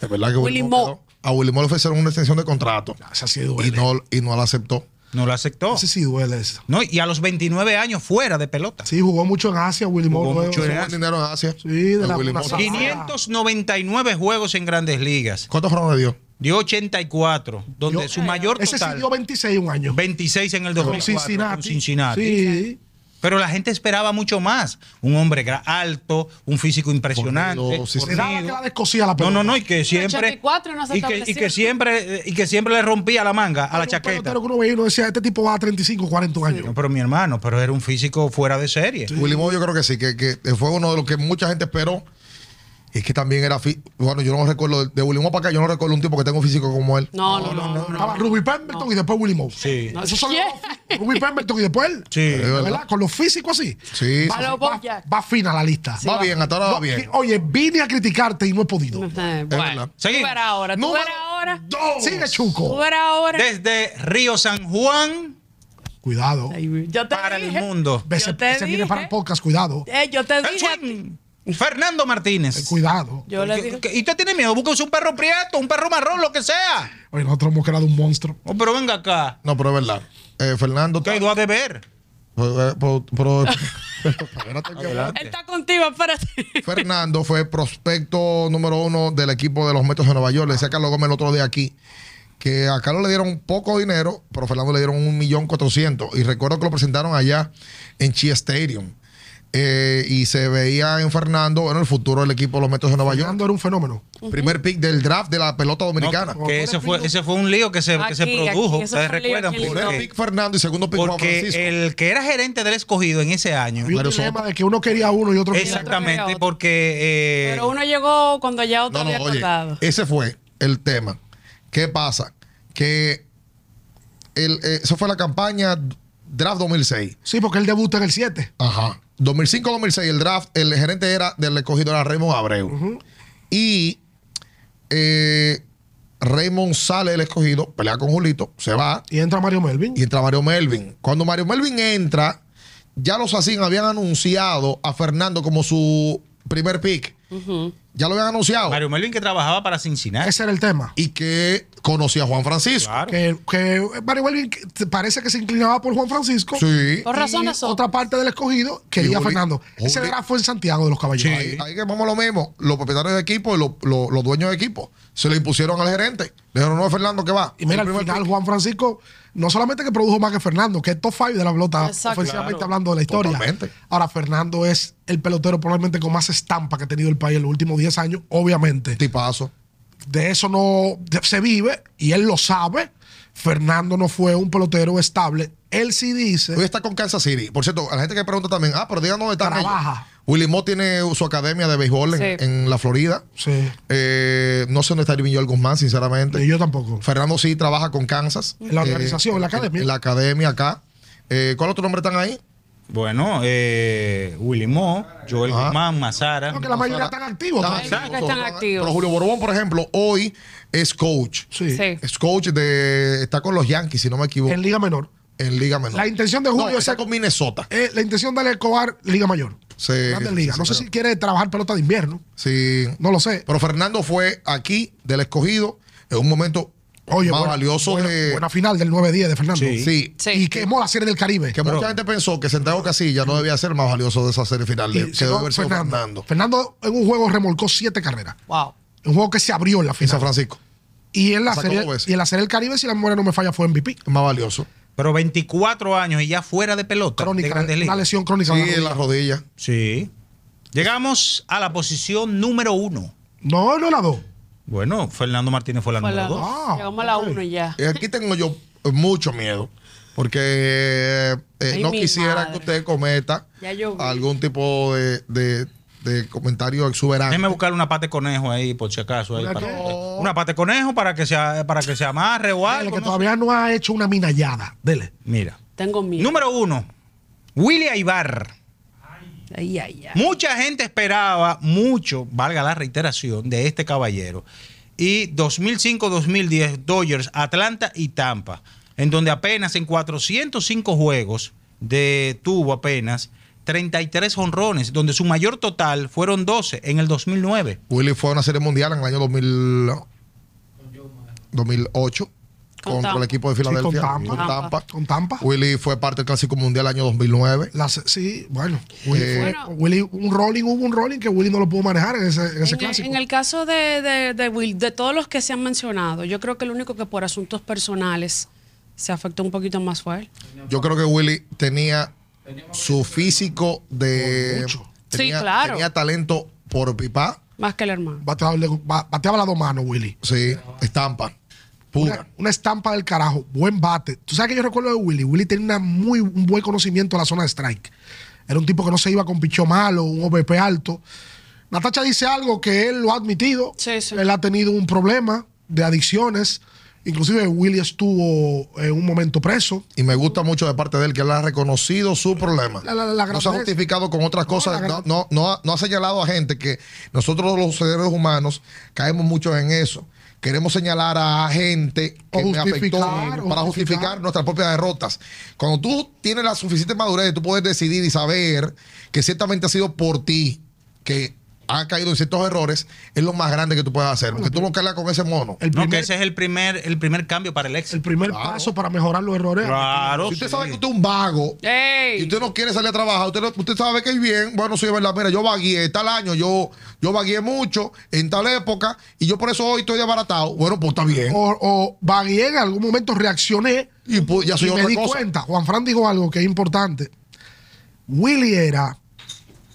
[SPEAKER 4] Es verdad que
[SPEAKER 3] Willy
[SPEAKER 4] Willy
[SPEAKER 3] Mo.
[SPEAKER 4] Mo. quedó- A Willy Mo le ofrecieron una extensión de contrato
[SPEAKER 1] Esa sí
[SPEAKER 4] y
[SPEAKER 1] duele.
[SPEAKER 4] no, y no la aceptó.
[SPEAKER 2] No lo aceptó.
[SPEAKER 1] Esa sí duele. Esa.
[SPEAKER 2] No, y a los 29 años fuera de pelota.
[SPEAKER 1] Sí, jugó mucho en Asia, Willy
[SPEAKER 2] Jugó
[SPEAKER 1] Moore. luego.
[SPEAKER 2] mucho
[SPEAKER 4] Mucho
[SPEAKER 2] en
[SPEAKER 1] Sí.
[SPEAKER 2] Asia.
[SPEAKER 4] dinero en Asia.
[SPEAKER 1] Sí, de
[SPEAKER 4] El
[SPEAKER 1] la-
[SPEAKER 4] Willy Mo.
[SPEAKER 1] una-
[SPEAKER 2] 599 juegos en grandes ligas.
[SPEAKER 4] ¿Cuántos fueron de Dios?
[SPEAKER 2] Dio 84, donde
[SPEAKER 1] Yo- eh,
[SPEAKER 2] su mayor
[SPEAKER 1] Ese sí
[SPEAKER 2] total,
[SPEAKER 1] dio 26 un año.
[SPEAKER 2] 26 en el 2004
[SPEAKER 1] Con
[SPEAKER 2] Cincinnati.
[SPEAKER 1] Cincinnati.
[SPEAKER 2] con Cincinnati.
[SPEAKER 1] Sí.
[SPEAKER 2] Pero la gente esperaba mucho más. Un hombre gra- alto, un físico impresionante.
[SPEAKER 4] Corrido, sí, sí.
[SPEAKER 1] Se daba que la descosía la
[SPEAKER 2] No,
[SPEAKER 1] pelota.
[SPEAKER 2] no, no, y que siempre
[SPEAKER 3] 84 no se
[SPEAKER 2] y, que, y que
[SPEAKER 3] estableció.
[SPEAKER 2] siempre eh, y que siempre le rompía la manga a la
[SPEAKER 1] Era un pelotero
[SPEAKER 2] chaqueta.
[SPEAKER 1] que uno veía y uno decía, este tipo va a 35, 40 años.
[SPEAKER 2] No, pero mi hermano, pero era un físico fuera de serie.
[SPEAKER 4] Willy Mo, yo creo que sí, que, que fue uno de los que mucha gente esperó. Y que también era. fi- Bueno, yo no recuerdo. De Willy Mo para acá, yo no recuerdo un tipo que tenga un físico como él.
[SPEAKER 3] No, no, no. no,
[SPEAKER 1] Estaba Ruby Pemberton y después Willy Moore.
[SPEAKER 2] Sí.
[SPEAKER 1] Esos son los
[SPEAKER 3] Yeah.
[SPEAKER 1] dos físicos. Ruby Pemberton y después él.
[SPEAKER 2] Sí.
[SPEAKER 1] ¿De ¿Verdad? Con los físicos así.
[SPEAKER 4] Sí.
[SPEAKER 1] Va,
[SPEAKER 3] A lo
[SPEAKER 1] va-
[SPEAKER 3] Bojack.
[SPEAKER 1] va fina la lista.
[SPEAKER 4] va bien, hasta ahora va bien.
[SPEAKER 1] Oye, vine a criticarte y no he podido.
[SPEAKER 3] Eh,
[SPEAKER 4] verdad.
[SPEAKER 3] Bueno, tú
[SPEAKER 2] Seguimos.
[SPEAKER 3] verás ahora. Tú
[SPEAKER 4] Número
[SPEAKER 3] verás ahora.
[SPEAKER 4] dos.
[SPEAKER 1] Sigue
[SPEAKER 3] Tú
[SPEAKER 1] Chuco.
[SPEAKER 3] verás ahora.
[SPEAKER 2] Desde Río San Juan
[SPEAKER 1] Cuidado.
[SPEAKER 3] Ay, yo te
[SPEAKER 2] para el
[SPEAKER 3] dije.
[SPEAKER 2] mundo.
[SPEAKER 1] Ese,
[SPEAKER 3] te
[SPEAKER 1] ese viene
[SPEAKER 3] dije.
[SPEAKER 1] para el podcast, cuidado. Eh,
[SPEAKER 3] Eh, yo te
[SPEAKER 2] El
[SPEAKER 3] dije. a ti.
[SPEAKER 2] swing. Fernando Martínez.
[SPEAKER 1] Cuidado.
[SPEAKER 3] Yo le dije.
[SPEAKER 2] ¿Y usted tiene miedo? Búsquese un perro prieto, un perro marrón, lo que sea.
[SPEAKER 1] Oye, nosotros hemos creado un monstruo.
[SPEAKER 2] Oh, pero venga acá.
[SPEAKER 4] No, pero es verdad. Eh, Fernando.
[SPEAKER 2] Quedó a deber.
[SPEAKER 4] Pero, eh, pero- pero- espérate que-
[SPEAKER 3] Él está contigo, espérate.
[SPEAKER 4] Eh, Fernando fue prospecto número uno del equipo de los Metros de Nueva York. Le decía a Carlos Gómez el otro día aquí que a Carlos le dieron poco dinero, pero a Fernando le dieron un millón cuatrocientos. Y recuerdo que lo presentaron allá en Chia Stadium. Eh, y se veía en Fernando, bueno, el futuro del equipo de los Metros de Nueva York.
[SPEAKER 1] Fernando era un fenómeno.
[SPEAKER 4] Primer pick del draft de la pelota dominicana.
[SPEAKER 2] No, que ese fue, ese fue un lío que se, que se
[SPEAKER 3] Aquí, aquí,
[SPEAKER 2] produjo.
[SPEAKER 3] eso
[SPEAKER 2] ¿Ustedes
[SPEAKER 3] fue un lío
[SPEAKER 2] recuerdan?
[SPEAKER 3] aquí en
[SPEAKER 4] Primer
[SPEAKER 3] Lindor.
[SPEAKER 2] Porque,
[SPEAKER 4] pick Fernando y segundo pick Juan Francisco.
[SPEAKER 2] porque el que era gerente del escogido en ese año.
[SPEAKER 1] Había un
[SPEAKER 4] Pero son-
[SPEAKER 1] dilema de que uno quería uno y otro quería otro.
[SPEAKER 3] otro
[SPEAKER 2] Exactamente,
[SPEAKER 3] otro.
[SPEAKER 2] porque. eh,
[SPEAKER 3] Pero uno llegó cuando ya otro
[SPEAKER 4] No, no,
[SPEAKER 3] había
[SPEAKER 4] oye, eh,
[SPEAKER 3] acordado.
[SPEAKER 4] ese fue el tema. ¿Qué pasa? Que el, eh, eso fue la campaña Draft 2006.
[SPEAKER 1] Sí, porque él debuta en el 7.
[SPEAKER 4] Ajá. 2005-2006, el draft, el gerente era del escogido era Raymond Abreu. Y eh, Raymond sale del escogido, pelea con Julito, se va
[SPEAKER 1] Y entra Mario Melvin.
[SPEAKER 4] y entra Mario Melvin. Cuando Mario Melvin entra, ya los Asín habían anunciado a Fernando como su primer pick. Ya lo habían anunciado.
[SPEAKER 2] Mario Melvin que trabajaba para Cincinnati.
[SPEAKER 1] Ese era el tema.
[SPEAKER 4] y que conocía a Juan Francisco.
[SPEAKER 2] Claro.
[SPEAKER 1] Que, que Mario Melvin que parece que se inclinaba por Juan Francisco.
[SPEAKER 4] Sí.
[SPEAKER 3] Por razón
[SPEAKER 1] Y
[SPEAKER 3] de eso.
[SPEAKER 1] Otra parte del escogido quería
[SPEAKER 4] Y Uri-
[SPEAKER 1] Fernando. Ese
[SPEAKER 4] Uri-
[SPEAKER 1] era fue en Santiago de los Caballeros.
[SPEAKER 4] Ahí, ahí que vamos a lo mismo. Los propietarios de equipo y los, los- los dueños de equipo se le impusieron al gerente. Le dijeron, no, Fernando, ¿qué va?
[SPEAKER 1] Y mira,
[SPEAKER 4] El
[SPEAKER 1] al
[SPEAKER 4] primer
[SPEAKER 1] final Juan Francisco no solamente que produjo más que Fernando, que es top five de la pelota,
[SPEAKER 3] Exacto.
[SPEAKER 1] ofensivamente
[SPEAKER 3] Claro.
[SPEAKER 1] hablando de la historia.
[SPEAKER 4] Totalmente.
[SPEAKER 1] Ahora, Fernando es el pelotero probablemente con más estampa que ha tenido el país en los últimos 10 años, obviamente.
[SPEAKER 4] tipazo.
[SPEAKER 1] de eso no de- se vive y él lo sabe. Fernando no fue un pelotero estable. Él sí
[SPEAKER 4] Hoy
[SPEAKER 1] dice,
[SPEAKER 4] está con Kansas City. Por cierto, a la gente que pregunta también, ah, pero díganos dónde está.
[SPEAKER 1] Trabaja.
[SPEAKER 4] Willy Mo tiene su academia de béisbol en,
[SPEAKER 3] Sí.
[SPEAKER 4] en la Florida.
[SPEAKER 1] sí,
[SPEAKER 4] Eh, no sé dónde está Irving Joel Guzmán, sinceramente.
[SPEAKER 1] y yo tampoco.
[SPEAKER 4] Fernando sí trabaja con Kansas. Eh,
[SPEAKER 1] En la organización, en la academia.
[SPEAKER 4] En la academia acá. Eh, ¿Cuál otro nombre están ahí?
[SPEAKER 2] Bueno, eh, Willy Moe, Joel
[SPEAKER 4] Ajá.
[SPEAKER 2] Guzmán, Mazara.
[SPEAKER 1] Creo que la mayoría están activos.
[SPEAKER 4] Están
[SPEAKER 1] todavía.
[SPEAKER 3] Exacto.
[SPEAKER 4] activos,
[SPEAKER 3] Están activos.
[SPEAKER 4] Pero Julio Borbón, por ejemplo, hoy es coach.
[SPEAKER 1] Sí.
[SPEAKER 3] Sí.
[SPEAKER 4] Es coach de. Está con los Yankees, si no me equivoco.
[SPEAKER 1] En Liga Menor.
[SPEAKER 4] en Liga Menor.
[SPEAKER 1] La intención de Julio
[SPEAKER 4] No,
[SPEAKER 1] es
[SPEAKER 4] está
[SPEAKER 1] ser-
[SPEAKER 4] con Minnesota.
[SPEAKER 1] Eh, la intención de Ale Escobar, Liga Mayor.
[SPEAKER 4] Sí,
[SPEAKER 1] Grandes
[SPEAKER 4] sí,
[SPEAKER 1] Ligas.
[SPEAKER 4] sí,
[SPEAKER 1] no
[SPEAKER 4] pero-
[SPEAKER 1] sé si quiere trabajar pelota de invierno.
[SPEAKER 4] Sí.
[SPEAKER 1] No lo sé.
[SPEAKER 4] Pero Fernando fue aquí del escogido en un momento
[SPEAKER 1] Oye,
[SPEAKER 4] más
[SPEAKER 1] buena-
[SPEAKER 4] valioso
[SPEAKER 1] buena,
[SPEAKER 4] de-
[SPEAKER 1] buena final del 9-10 de Fernando.
[SPEAKER 2] Sí.
[SPEAKER 4] Sí.
[SPEAKER 3] Sí.
[SPEAKER 1] Y quemó la serie del Caribe.
[SPEAKER 4] Que mucha gente pensó que Santiago Casilla no debía ser más valioso de esa serie final.
[SPEAKER 1] Y
[SPEAKER 4] de- que
[SPEAKER 1] quedó
[SPEAKER 4] debe haber sido
[SPEAKER 1] Fernando.
[SPEAKER 4] Fernando.
[SPEAKER 1] Fernando en un juego remolcó siete carreras.
[SPEAKER 3] Wow.
[SPEAKER 1] Un juego que se abrió en la
[SPEAKER 4] En San
[SPEAKER 1] final.
[SPEAKER 4] Francisco.
[SPEAKER 1] Y en la,
[SPEAKER 4] Sacó
[SPEAKER 1] serie,
[SPEAKER 4] dos veces.
[SPEAKER 1] y en la serie del Caribe, si la memoria no me falla, fue MVP.
[SPEAKER 4] Más valioso.
[SPEAKER 2] Pero 24 años y ya fuera de pelota. de
[SPEAKER 1] crónica,
[SPEAKER 2] grandes
[SPEAKER 1] una
[SPEAKER 2] ligas.
[SPEAKER 1] lesión crónica.
[SPEAKER 4] Sí,
[SPEAKER 1] de la
[SPEAKER 4] en
[SPEAKER 1] rodilla.
[SPEAKER 4] la rodilla.
[SPEAKER 2] Sí. Llegamos a la posición número uno.
[SPEAKER 1] No, no la dos.
[SPEAKER 2] Bueno, Fernando Martínez fue la
[SPEAKER 3] Fue la
[SPEAKER 2] número dos.
[SPEAKER 1] Ah,
[SPEAKER 3] Llegamos a la
[SPEAKER 1] ok.
[SPEAKER 3] 1 ya.
[SPEAKER 4] Eh, Aquí tengo yo eh, mucho miedo. Porque eh,
[SPEAKER 3] Ay,
[SPEAKER 4] no
[SPEAKER 3] mi
[SPEAKER 4] quisiera
[SPEAKER 3] madre.
[SPEAKER 4] que usted cometa
[SPEAKER 3] Ya yo vi.
[SPEAKER 4] algún tipo de, de- de comentarios exuberantes.
[SPEAKER 2] Déjeme buscar una pata de conejo ahí, por si acaso. ahí
[SPEAKER 1] Ah, ¿Una
[SPEAKER 2] para-
[SPEAKER 1] qué?
[SPEAKER 2] una pata de conejo para que se, a- para que se amarre o
[SPEAKER 1] Dele,
[SPEAKER 2] algo.
[SPEAKER 1] que
[SPEAKER 2] no
[SPEAKER 1] todavía no ha hecho una minallada. Dele.
[SPEAKER 2] sé. Mira.
[SPEAKER 3] Tengo miedo.
[SPEAKER 2] Número uno, Willy Aibar.
[SPEAKER 3] Ay, ay, ay.
[SPEAKER 2] Mucha gente esperaba mucho, valga la reiteración, de este caballero. Y 2005-2010, Dodgers, Atlanta y Tampa, en donde apenas en 405 juegos de tuvo apenas 33 honrones, donde su mayor total fueron 12 en el 2009.
[SPEAKER 4] Willy fue a una serie mundial en el año 2000, 2008
[SPEAKER 3] Con
[SPEAKER 4] con, con
[SPEAKER 3] Tampa.
[SPEAKER 4] el equipo de
[SPEAKER 1] Sí, con
[SPEAKER 4] Filadelfia.
[SPEAKER 1] Tampa.
[SPEAKER 4] con Tampa.
[SPEAKER 1] Con Tampa.
[SPEAKER 4] Willy fue parte del Clásico Mundial año 2009.
[SPEAKER 1] La se- sí, bueno. Willy,
[SPEAKER 4] Eh,
[SPEAKER 1] fue-
[SPEAKER 3] Bueno.
[SPEAKER 1] Willy- un rolling, hubo un rolling que Willy no lo pudo manejar en ese, en ese
[SPEAKER 3] En el,
[SPEAKER 1] clásico.
[SPEAKER 3] en el caso de, de- de Will, de todos los que se han mencionado, yo creo que el único que por asuntos personales se afectó un poquito más fue él.
[SPEAKER 4] Yo creo que Willy tenía su físico de.
[SPEAKER 1] Mucho.
[SPEAKER 3] Sí,
[SPEAKER 4] Tenía,
[SPEAKER 3] claro.
[SPEAKER 4] tenía talento por pipa.
[SPEAKER 3] Más que el hermano.
[SPEAKER 1] bateaba, le- ba- bateaba las dos manos, Willy.
[SPEAKER 4] Sí, estampa.
[SPEAKER 1] Una,
[SPEAKER 4] Pura.
[SPEAKER 1] una estampa del carajo, buen bate. Tú sabes que yo recuerdo de Willy. Willy tenía una muy, un buen conocimiento de la zona de strike. Era un tipo que no se iba con picho malo, un OBP alto. Natacha dice algo que él lo ha admitido.
[SPEAKER 3] Sí, sí.
[SPEAKER 1] Él ha tenido un problema de adicciones. Inclusive Willy estuvo en un momento preso.
[SPEAKER 4] Y me gusta mucho de parte de él que él ha reconocido su problema.
[SPEAKER 1] La- la- la
[SPEAKER 4] no se
[SPEAKER 1] grandeza.
[SPEAKER 4] ha justificado con otras cosas.
[SPEAKER 1] la
[SPEAKER 4] No,
[SPEAKER 1] gran-
[SPEAKER 4] no, no ha, no ha señalado a gente que nosotros los seres humanos caemos mucho en eso. Queremos señalar a gente que
[SPEAKER 1] O
[SPEAKER 4] me afectó
[SPEAKER 1] justificar, o
[SPEAKER 4] para
[SPEAKER 1] justificar.
[SPEAKER 4] justificar nuestras propias derrotas. Cuando tú tienes la suficiente madurez, tú puedes decidir y saber que ciertamente ha sido por ti que ha caído en ciertos errores, es lo más grande que tú puedes hacer. Porque tú no cargas con ese mono.
[SPEAKER 1] El
[SPEAKER 2] No,
[SPEAKER 1] primer,
[SPEAKER 2] que ese es el primer, el primer cambio para el
[SPEAKER 1] el
[SPEAKER 2] éxito.
[SPEAKER 1] primer
[SPEAKER 4] Claro.
[SPEAKER 1] paso para mejorar los errores.
[SPEAKER 2] Claro.
[SPEAKER 4] Si usted
[SPEAKER 2] sí.
[SPEAKER 4] sabe que usted es un vago,
[SPEAKER 3] ¡Ey!
[SPEAKER 4] y usted no quiere salir a trabajar, usted, no- usted sabe que es bien, bueno, sí, es verdad, mira, yo vagué tal año, yo, yo vagué mucho en tal época, y yo por eso hoy estoy abaratado. Bueno, pues está bien.
[SPEAKER 1] O, o vagué en algún momento, reaccioné.
[SPEAKER 4] Y pues, ya soy
[SPEAKER 1] y me
[SPEAKER 4] otra
[SPEAKER 1] di
[SPEAKER 4] cosa.
[SPEAKER 1] cuenta, Juan Fran dijo algo que es importante. Willy era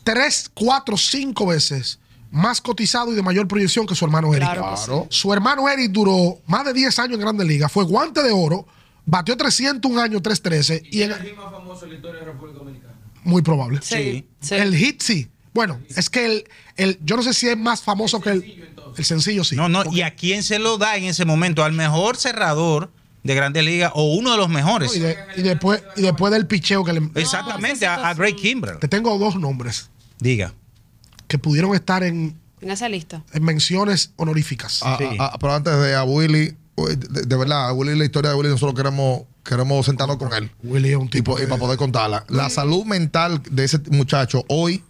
[SPEAKER 1] tres, cuatro, cinco veces más cotizado y de mayor proyección que su hermano Eric.
[SPEAKER 3] Claro que sí.
[SPEAKER 4] Claro.
[SPEAKER 1] Su hermano Eric duró más de 10 años en Grandes Ligas, fue guante de oro, batió 300 un año, 313 y
[SPEAKER 5] ¿Quién es
[SPEAKER 1] era
[SPEAKER 5] el más famoso en la historia de la República Dominicana?
[SPEAKER 1] muy probable.
[SPEAKER 3] Sí, sí.
[SPEAKER 1] El hit sí. Bueno, es que el, el- yo no sé si es más famoso que el, el sencillo sí.
[SPEAKER 2] No, no, y a quién se lo da en ese momento, al mejor cerrador de Grandes Ligas o uno de los mejores.
[SPEAKER 1] Y, de- y después, y después del picheo que le...
[SPEAKER 2] Exactamente, a, a Greg Kimbrell.
[SPEAKER 1] Te tengo dos nombres
[SPEAKER 2] Diga.
[SPEAKER 1] que pudieron estar en,
[SPEAKER 3] En esa lista.
[SPEAKER 1] en menciones honoríficas.
[SPEAKER 4] A-
[SPEAKER 2] Sí.
[SPEAKER 4] a- a- Ah, pero antes de a Willy, pues, de, de verdad, a Willy, la historia de Willy, nosotros queremos, queremos sentarnos con él.
[SPEAKER 1] Willy es un
[SPEAKER 4] Y,
[SPEAKER 1] tipo.
[SPEAKER 4] po- y para poder contarla. La
[SPEAKER 1] Mm.
[SPEAKER 4] salud mental de ese muchacho hoy,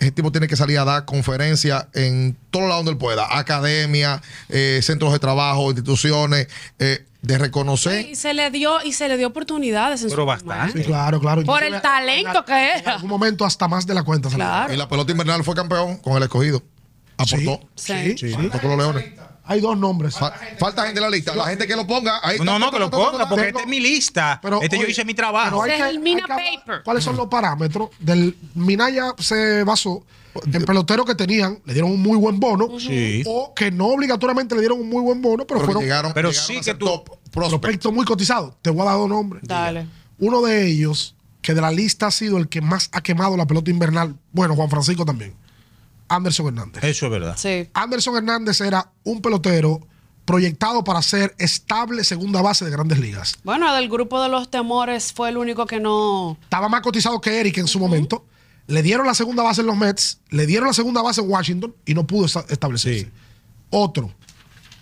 [SPEAKER 4] ese tipo tiene que salir a dar conferencias en todo lado donde él pueda. Academia, eh, centros de trabajo, instituciones, eh, de reconocer.
[SPEAKER 3] Y se le dio, y se le dio oportunidades en
[SPEAKER 2] Pero
[SPEAKER 3] su
[SPEAKER 2] bastante.
[SPEAKER 1] Sí, claro, claro.
[SPEAKER 3] Por
[SPEAKER 1] Inclusive,
[SPEAKER 3] el talento
[SPEAKER 1] en-
[SPEAKER 3] que era.
[SPEAKER 1] En algún momento hasta más de la cuenta. se le
[SPEAKER 3] Claro.
[SPEAKER 4] Y la pelota invernal fue campeón con el escogido.
[SPEAKER 1] dio.
[SPEAKER 4] Aportó. Ah,
[SPEAKER 1] Sí,
[SPEAKER 3] Sí.
[SPEAKER 1] sí, sí.
[SPEAKER 4] Aportó con los leones.
[SPEAKER 1] Hay dos nombres.
[SPEAKER 4] Fa- falta gente en la lista. La gente que lo ponga. Ahí
[SPEAKER 2] No, no, que lo ponga, porque
[SPEAKER 1] Tengo-
[SPEAKER 2] esta es mi lista.
[SPEAKER 1] Pero,
[SPEAKER 2] este yo
[SPEAKER 1] oye,
[SPEAKER 2] hice mi
[SPEAKER 1] pero
[SPEAKER 2] trabajo.
[SPEAKER 1] hay
[SPEAKER 3] Ese es el Mina
[SPEAKER 1] hay hablar
[SPEAKER 3] Paper.
[SPEAKER 1] ¿Cuáles son los parámetros? Del Minaya se basó en peloteros que tenían, le dieron un muy buen bono,
[SPEAKER 2] Sí.
[SPEAKER 1] o que no obligatoriamente le dieron un muy buen bono, pero,
[SPEAKER 4] Pero
[SPEAKER 1] fueron
[SPEAKER 4] llegaron,
[SPEAKER 2] pero
[SPEAKER 4] llegaron
[SPEAKER 2] sí
[SPEAKER 4] a
[SPEAKER 2] que
[SPEAKER 4] ser
[SPEAKER 2] tú-
[SPEAKER 4] top prospect.
[SPEAKER 1] prospectos muy cotizados. Te voy a dar dos nombres.
[SPEAKER 3] Dale.
[SPEAKER 1] Uno de ellos, que de la lista ha sido el que más ha quemado la pelota invernal, bueno, Juan Francisco también, Anderson Hernández.
[SPEAKER 2] Eso es verdad.
[SPEAKER 3] Sí.
[SPEAKER 1] Anderson Hernández era un pelotero proyectado para ser estable segunda base de grandes ligas.
[SPEAKER 3] Bueno, del grupo de los temores fue el único que no.
[SPEAKER 1] Estaba más cotizado que Eric en su momento. Le dieron la segunda base en los Mets, le dieron la segunda base en Washington y no pudo esta- establecerse.
[SPEAKER 2] Sí.
[SPEAKER 1] Otro,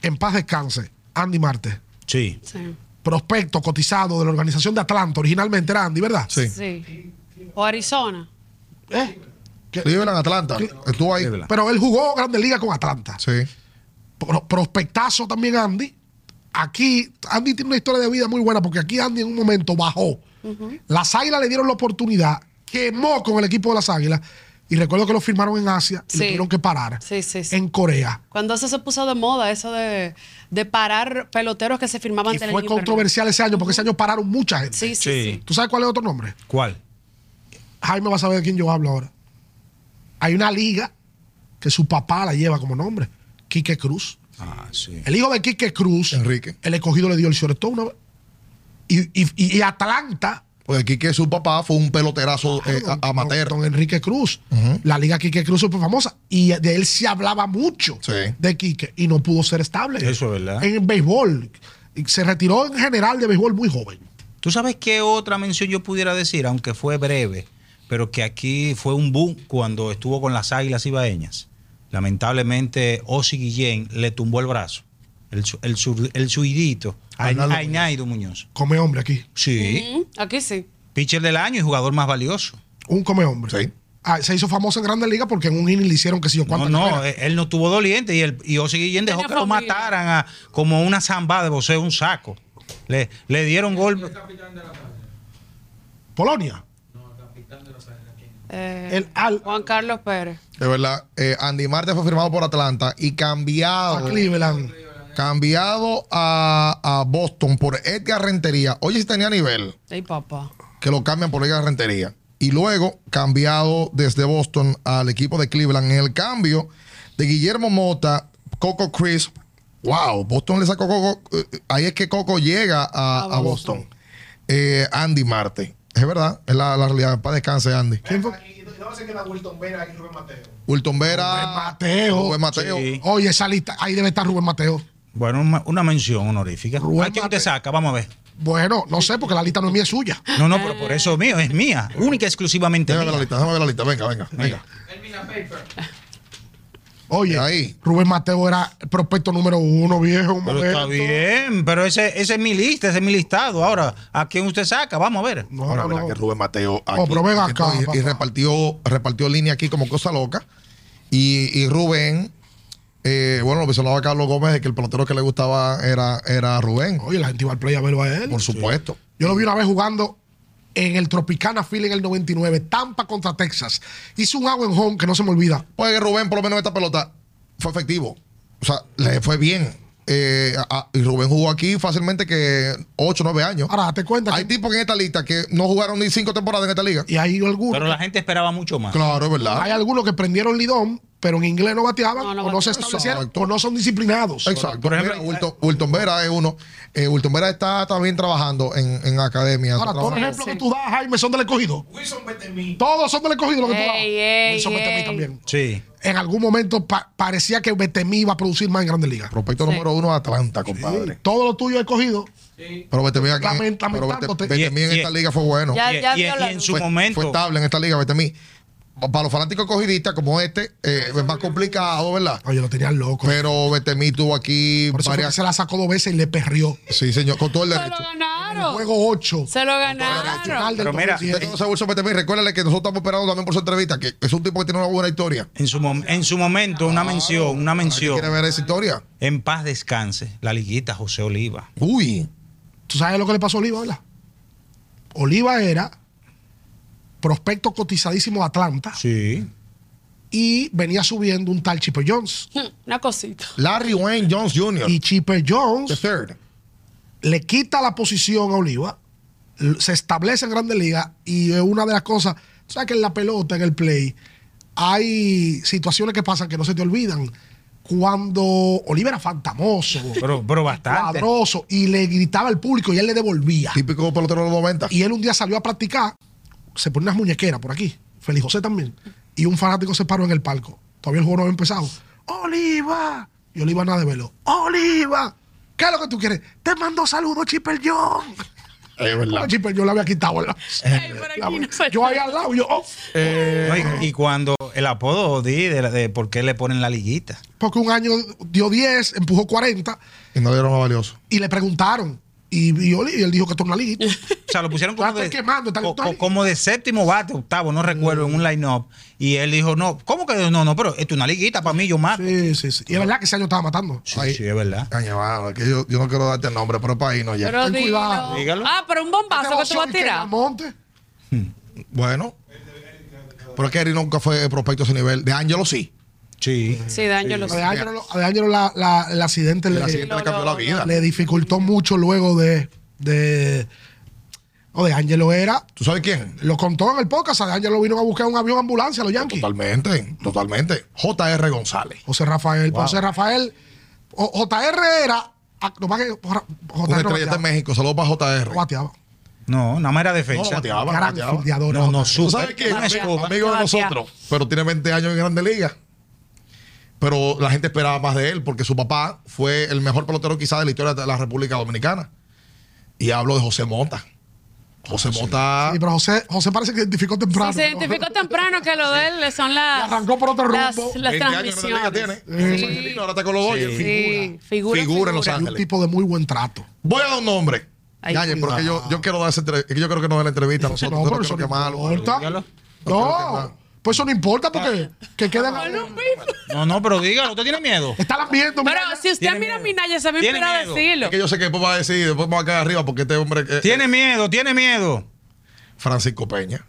[SPEAKER 1] en paz descanse, Andy Marte,
[SPEAKER 2] Sí.
[SPEAKER 3] Sí.
[SPEAKER 1] prospecto cotizado de la organización de Atlanta, originalmente era Andy, ¿verdad?
[SPEAKER 4] Sí.
[SPEAKER 3] Sí. O Arizona.
[SPEAKER 1] ¿Eh? Que-
[SPEAKER 4] Cleveland, Atlanta. Estuvo ahí.
[SPEAKER 2] Cleveland.
[SPEAKER 1] Pero él jugó grandes ligas con Atlanta.
[SPEAKER 4] Sí.
[SPEAKER 1] pro- prospectazo también Andy. Aquí, Andy tiene una historia de vida muy buena porque aquí Andy en un momento bajó. Las águilas le dieron la oportunidad, quemó con el equipo de las águilas. Y recuerdo que lo firmaron en Asia y
[SPEAKER 3] Sí.
[SPEAKER 1] lo tuvieron que parar.
[SPEAKER 3] Sí, sí, sí.
[SPEAKER 1] En Corea.
[SPEAKER 3] Cuando eso se puso de moda, eso de, de parar peloteros que se firmaban
[SPEAKER 1] Y
[SPEAKER 3] del
[SPEAKER 1] fue
[SPEAKER 3] año invernal.
[SPEAKER 1] controversial ese año porque ese año pararon mucha gente.
[SPEAKER 3] Sí, sí,
[SPEAKER 2] Sí.
[SPEAKER 3] sí.
[SPEAKER 1] ¿Tú sabes cuál es otro nombre?
[SPEAKER 2] ¿Cuál?
[SPEAKER 1] Jaime va a saber de quién yo hablo ahora. Hay una liga que su papá la lleva como nombre. Quique Cruz.
[SPEAKER 2] Ah, sí.
[SPEAKER 1] El hijo de Quique Cruz,
[SPEAKER 4] Enrique.
[SPEAKER 1] el escogido le dio el shortstop una vez. Y, y- y- y Atlanta
[SPEAKER 4] Pues Quique, su papá, fue un peloterazo eh,
[SPEAKER 1] Don-
[SPEAKER 4] a- amateur.
[SPEAKER 1] Don, don Enrique Cruz. La liga Quique Cruz fue famosa. Y de él se hablaba mucho
[SPEAKER 4] Sí.
[SPEAKER 1] de Quique y no pudo ser estable.
[SPEAKER 2] Eso es verdad.
[SPEAKER 1] En el béisbol. Y Se retiró en general de béisbol muy joven.
[SPEAKER 2] ¿Tú sabes qué otra mención yo pudiera decir, aunque fue breve, pero que aquí fue un boom cuando estuvo con las Águilas Ibaeñas? Lamentablemente, Osi Guillén le tumbó el brazo, el, su- el, sur- el suidito, a
[SPEAKER 4] Arnaldo
[SPEAKER 2] a Ainaido Muñoz.
[SPEAKER 1] Come hombre aquí.
[SPEAKER 2] Sí,
[SPEAKER 3] Ujú, Aquí sí.
[SPEAKER 2] pitcher del año y jugador más valioso.
[SPEAKER 1] Un come hombre.
[SPEAKER 4] Sí.
[SPEAKER 1] Ah, se hizo famoso en Grandes Ligas porque en un inning le hicieron que si yo
[SPEAKER 2] No,
[SPEAKER 1] cuántas
[SPEAKER 2] no,
[SPEAKER 1] carreras.
[SPEAKER 2] él él no tuvo doliente y, el, y Osi Guillén dejó
[SPEAKER 3] Tenía
[SPEAKER 2] que lo
[SPEAKER 3] familia.
[SPEAKER 2] mataran a- como una zambada de boxeo, un saco. Le, le dieron golpe.
[SPEAKER 1] Polonia.
[SPEAKER 3] Eh,
[SPEAKER 1] El al
[SPEAKER 3] Juan Carlos Pérez.
[SPEAKER 4] De verdad, eh, Andy Marte fue firmado por Atlanta y
[SPEAKER 1] a
[SPEAKER 4] cambiado.
[SPEAKER 1] Cleveland.
[SPEAKER 4] eh, Cambiado a, a Boston por Edgar Rentería. Oye, si tenía nivel,
[SPEAKER 3] Ay, papá.
[SPEAKER 4] que lo cambian por Edgar Rentería. Y luego cambiado desde Boston al equipo de Cleveland. En el cambio de Guillermo Mota, Coco Chris. Wow, Boston le sacó Coco. eh, ahí es que Coco llega a, a Boston. Eh, Andy Marte. Es verdad, es la, la realidad. Para descanse, Andy.
[SPEAKER 1] ¿Quién fue?
[SPEAKER 5] Y no sé qué era Wilton Vera y Rubén Mateo.
[SPEAKER 4] Wilton
[SPEAKER 1] Rubén
[SPEAKER 4] Vera.
[SPEAKER 1] Mateo.
[SPEAKER 4] Rubén Mateo.
[SPEAKER 2] Sí.
[SPEAKER 1] Oye, esa lista. Ahí debe estar Rubén Mateo.
[SPEAKER 2] Bueno, una, una mención honorífica.
[SPEAKER 1] Rubén
[SPEAKER 2] ¿A quién
[SPEAKER 1] Mate.
[SPEAKER 2] te saca? Vamos a ver.
[SPEAKER 1] Bueno, no sé, porque la lista no es mía, es suya.
[SPEAKER 2] No, no, pero por eso es mío, es mía, única y exclusivamente
[SPEAKER 4] Déjame ver la
[SPEAKER 2] mía.
[SPEAKER 4] lista, déjame ver la lista. Venga, venga, venga.
[SPEAKER 5] Elmina Paper.
[SPEAKER 1] Oye,
[SPEAKER 4] Ahí.
[SPEAKER 1] Rubén Mateo era el prospecto número uno, viejo. un
[SPEAKER 2] Pero está
[SPEAKER 1] momento.
[SPEAKER 2] bien, pero ese, ese es mi lista, ese es mi listado. Ahora, ¿a quién usted saca? Vamos a ver.
[SPEAKER 1] No,
[SPEAKER 4] Ahora
[SPEAKER 1] no,
[SPEAKER 4] verá
[SPEAKER 1] no.
[SPEAKER 4] que Rubén Mateo
[SPEAKER 1] Oh, pero ven acá,
[SPEAKER 4] y- y,
[SPEAKER 1] papá.
[SPEAKER 4] repartió, repartió línea aquí como cosa loca. Y, y Rubén, eh, bueno, lo mencionaba Carlos Gómez de que el pelotero que le gustaba era, era Rubén,
[SPEAKER 1] Oye, la gente iba al play a verlo a él.
[SPEAKER 4] por supuesto.
[SPEAKER 1] Yo lo vi una vez jugando en el Tropicana Field en el 99, Tampa contra Texas. Hizo un agua en home que no se me olvida.
[SPEAKER 4] Pues que Rubén, por lo menos esta pelota, fue efectivo. O sea, le fue bien. Eh, a- a- y Rubén jugó aquí fácilmente que 8, 9 años.
[SPEAKER 1] Ahora, date cuenta.
[SPEAKER 4] Hay
[SPEAKER 1] Que,
[SPEAKER 4] tipos en esta lista que no jugaron ni cinco temporadas en esta liga.
[SPEAKER 1] y hay algunos.
[SPEAKER 2] Pero la gente esperaba mucho más.
[SPEAKER 4] Claro, es
[SPEAKER 1] hay
[SPEAKER 4] verdad.
[SPEAKER 1] algunos que prendieron lidón, pero en inglés no bateaban,
[SPEAKER 3] No, no
[SPEAKER 1] o no se
[SPEAKER 3] bateaban.
[SPEAKER 1] establecieron,
[SPEAKER 4] Exacto.
[SPEAKER 1] o no son disciplinados.
[SPEAKER 4] Exacto.
[SPEAKER 2] Por ejemplo,
[SPEAKER 1] eh,
[SPEAKER 4] Mira, Wilton, Wilton Vera es uno. Eh, Wilton Vera está también trabajando en, en academia.
[SPEAKER 1] Ahora,
[SPEAKER 4] Está
[SPEAKER 1] todos los
[SPEAKER 4] trabajando.
[SPEAKER 1] ejemplos
[SPEAKER 3] Sí.
[SPEAKER 1] que tú das, Jaime, son del escogido.
[SPEAKER 5] Wilson Betemí.
[SPEAKER 1] Todos son del escogido lo que tú
[SPEAKER 3] Ey,
[SPEAKER 1] das.
[SPEAKER 3] ey,
[SPEAKER 1] Wilson Betemí
[SPEAKER 3] ey.
[SPEAKER 1] también.
[SPEAKER 2] Sí.
[SPEAKER 1] En algún momento pa- parecía que Betemí iba a producir más en Grandes Ligas.
[SPEAKER 4] Prospecto número uno de Atlanta, compadre.
[SPEAKER 1] Todo lo tuyo escogido.
[SPEAKER 5] Sí.
[SPEAKER 4] Pero Betemí aquí.
[SPEAKER 1] Lament-
[SPEAKER 4] Pero Bete-
[SPEAKER 1] lamentándote.
[SPEAKER 4] Betemí en
[SPEAKER 2] Y- y-
[SPEAKER 4] esta liga fue bueno.
[SPEAKER 3] Ya-
[SPEAKER 2] y, y-
[SPEAKER 3] vio la
[SPEAKER 2] y en
[SPEAKER 3] luz.
[SPEAKER 2] su
[SPEAKER 4] fue,
[SPEAKER 2] momento.
[SPEAKER 4] Fue estable en esta liga, Betemí. Pa- Para los fanáticos cogidistas como este, eh, es más complicado, ¿verdad?
[SPEAKER 1] Oye, lo tenían loco.
[SPEAKER 4] Pero Betemí tuvo aquí
[SPEAKER 1] Por eso fue que
[SPEAKER 4] varias.
[SPEAKER 1] se la sacó dos veces y le perrió.
[SPEAKER 4] Sí, señor, con todo el
[SPEAKER 3] Se lo
[SPEAKER 4] derecho.
[SPEAKER 3] ganaron.
[SPEAKER 1] Juego 8.
[SPEAKER 3] Se lo ganaron.
[SPEAKER 2] Pero mira,
[SPEAKER 4] Usted conoce a Wilson Betemí, recuérdale que nosotros estamos esperando también por su entrevista, que es un tipo que tiene una buena historia.
[SPEAKER 2] En su, mom- en su momento, una mención, una mención.
[SPEAKER 4] ¿Quiere ver esa historia?
[SPEAKER 2] En paz descanse, la liguita José Oliva.
[SPEAKER 4] Uy.
[SPEAKER 1] ¿Tú sabes lo que le pasó a Oliva, verdad? Oliva era prospecto cotizadísimo de Atlanta
[SPEAKER 2] Sí.
[SPEAKER 1] y venía subiendo un tal Chipper Jones.
[SPEAKER 3] Una cosita.
[SPEAKER 4] Larry Wayne Jones Jr.
[SPEAKER 1] Y Chipper
[SPEAKER 4] the
[SPEAKER 1] Jones
[SPEAKER 4] third.
[SPEAKER 1] le quita la posición a Oliva, l- se establece en Grandes Ligas y es una de las cosas, tú sabes que en la pelota, en el play, hay situaciones que pasan que no se te olvidan. Cuando Oliva era fantamoso,
[SPEAKER 2] Pero, pero bastante.
[SPEAKER 1] cuadroso y le gritaba al público y él le devolvía.
[SPEAKER 4] Típico pelotero de los 90.
[SPEAKER 1] Y él un día salió a practicar, se pone unas muñequeras por aquí, Feliz José también, y un fanático se paró en el palco. Todavía el juego no había empezado. ¡Oliva! Y Oliva nada de velo. ¡Oliva! ¿Qué es lo que tú quieres? Te mando saludos, Chipper John.
[SPEAKER 4] Es verdad.
[SPEAKER 1] Chipper John la había quitado. ¿verdad?
[SPEAKER 3] Ay, por
[SPEAKER 1] La-
[SPEAKER 3] aquí no se-
[SPEAKER 1] yo ahí al lado, yo, oh,
[SPEAKER 2] No, y, y cuando el apodo di de, de por qué le ponen la liguita.
[SPEAKER 1] porque un año dio 10, empujó 40,
[SPEAKER 4] Y no le dieron más valioso.
[SPEAKER 1] y le preguntaron. Y, y Oli- y él dijo que torna
[SPEAKER 3] <laughs>
[SPEAKER 1] liguita.
[SPEAKER 2] O sea, lo pusieron como
[SPEAKER 1] Está
[SPEAKER 2] de,
[SPEAKER 1] quemando, está-
[SPEAKER 2] co-
[SPEAKER 1] está
[SPEAKER 2] co-
[SPEAKER 1] ahí.
[SPEAKER 2] como de séptimo bate, octavo, no recuerdo, en un line-up. Y él dijo, no, ¿cómo que no? No, pero esto es una liguita para mí, yo mato. Sí,
[SPEAKER 1] Sí, sí, sí. Y es verdad que ese año estaba matando.
[SPEAKER 2] sí, es verdad.
[SPEAKER 4] Caña, mano, que yo, yo no quiero darte el nombre, pero para ahí no ya.
[SPEAKER 3] Pero
[SPEAKER 1] Ten
[SPEAKER 3] dilo.
[SPEAKER 1] cuidado.
[SPEAKER 2] Dígalo.
[SPEAKER 3] Ah, pero un bombazo que tú vas a tirar.
[SPEAKER 1] Monte.
[SPEAKER 4] Bueno. Pero es que Eric nunca fue prospecto a ese nivel. De Angelo sí.
[SPEAKER 2] Sí.
[SPEAKER 3] Sí, daño lo
[SPEAKER 1] A
[SPEAKER 3] sé.
[SPEAKER 1] De Ángelo, a De Ángelo la- la- el accidente,
[SPEAKER 4] El
[SPEAKER 1] le-
[SPEAKER 4] accidente le cambió la vida.
[SPEAKER 1] le dificultó mucho luego de. de o de Ángelo era.
[SPEAKER 4] ¿Tú sabes quién?
[SPEAKER 1] Lo contó en el podcast. A De Ángelo vino a buscar un avión ambulancia a los Yankees.
[SPEAKER 4] Totalmente, totalmente. J.R. González.
[SPEAKER 1] José Rafael. José Rafael. o- JR era. ah, Lo más que.
[SPEAKER 4] Una
[SPEAKER 1] JR no
[SPEAKER 4] estrella de
[SPEAKER 1] bateaba,
[SPEAKER 4] México. Saludos para
[SPEAKER 1] no
[SPEAKER 4] J.R.
[SPEAKER 1] bateaba.
[SPEAKER 2] No, nada más era
[SPEAKER 4] No, lo
[SPEAKER 2] defensa.
[SPEAKER 4] bateaba, lo
[SPEAKER 1] Gran
[SPEAKER 4] bateaba.
[SPEAKER 1] fildeador.
[SPEAKER 2] No, no,
[SPEAKER 4] ¿Tú
[SPEAKER 2] su-
[SPEAKER 4] sabes que
[SPEAKER 3] Una escoba.
[SPEAKER 4] Amigo de nosotros, pero tiene 20 años en Grandes Ligas. Pero la gente esperaba más de él porque su papá fue el mejor pelotero quizás de la historia de la República Dominicana. Y hablo de José Mota. José Mota.
[SPEAKER 1] Sí, pero José, José parece que identificó temprano.
[SPEAKER 3] Sí, se identificó temprano que lo de él son las.
[SPEAKER 1] Y arrancó por otro
[SPEAKER 3] las-
[SPEAKER 1] rumbo.
[SPEAKER 3] Las,
[SPEAKER 4] 20 años en Grandes Ligas
[SPEAKER 3] transmisiones.
[SPEAKER 4] tiene.
[SPEAKER 3] Sí.
[SPEAKER 4] Ese Angelino ahora está con los Dodgers.
[SPEAKER 3] Sí, figura,
[SPEAKER 4] Figura, figura en
[SPEAKER 3] figura.
[SPEAKER 4] Los
[SPEAKER 1] Y un
[SPEAKER 4] Ángeles.
[SPEAKER 1] tipo de muy buen trato.
[SPEAKER 4] Voy a dar un nombre.
[SPEAKER 3] Ay,
[SPEAKER 4] Yañez,
[SPEAKER 3] cuidado.
[SPEAKER 4] porque yo, yo quiero dar esa entrev- yo creo que no dé la entrevista a nosotros.
[SPEAKER 1] No,
[SPEAKER 4] yo
[SPEAKER 1] pero eso
[SPEAKER 4] creo
[SPEAKER 1] no
[SPEAKER 4] que malo.
[SPEAKER 1] importa.
[SPEAKER 2] Dígalo.
[SPEAKER 1] No, pues eso no importa porque
[SPEAKER 4] Ah.
[SPEAKER 1] que queden.
[SPEAKER 3] pues,
[SPEAKER 2] No, no, pero dígalo, ¿usted tiene
[SPEAKER 4] <laughs>
[SPEAKER 2] miedo?
[SPEAKER 1] Están viendo.
[SPEAKER 3] Pero
[SPEAKER 1] mira,
[SPEAKER 3] si usted
[SPEAKER 2] Tiene
[SPEAKER 3] mira a
[SPEAKER 2] miedo.
[SPEAKER 3] Minaya, se me
[SPEAKER 2] Tiene
[SPEAKER 3] impera
[SPEAKER 2] miedo.
[SPEAKER 4] Es
[SPEAKER 3] decirlo.
[SPEAKER 4] que yo sé que después va a decir, después vamos a caer arriba porque este hombre. eh,
[SPEAKER 2] Tiene miedo, tiene miedo.
[SPEAKER 4] Francisco Peña.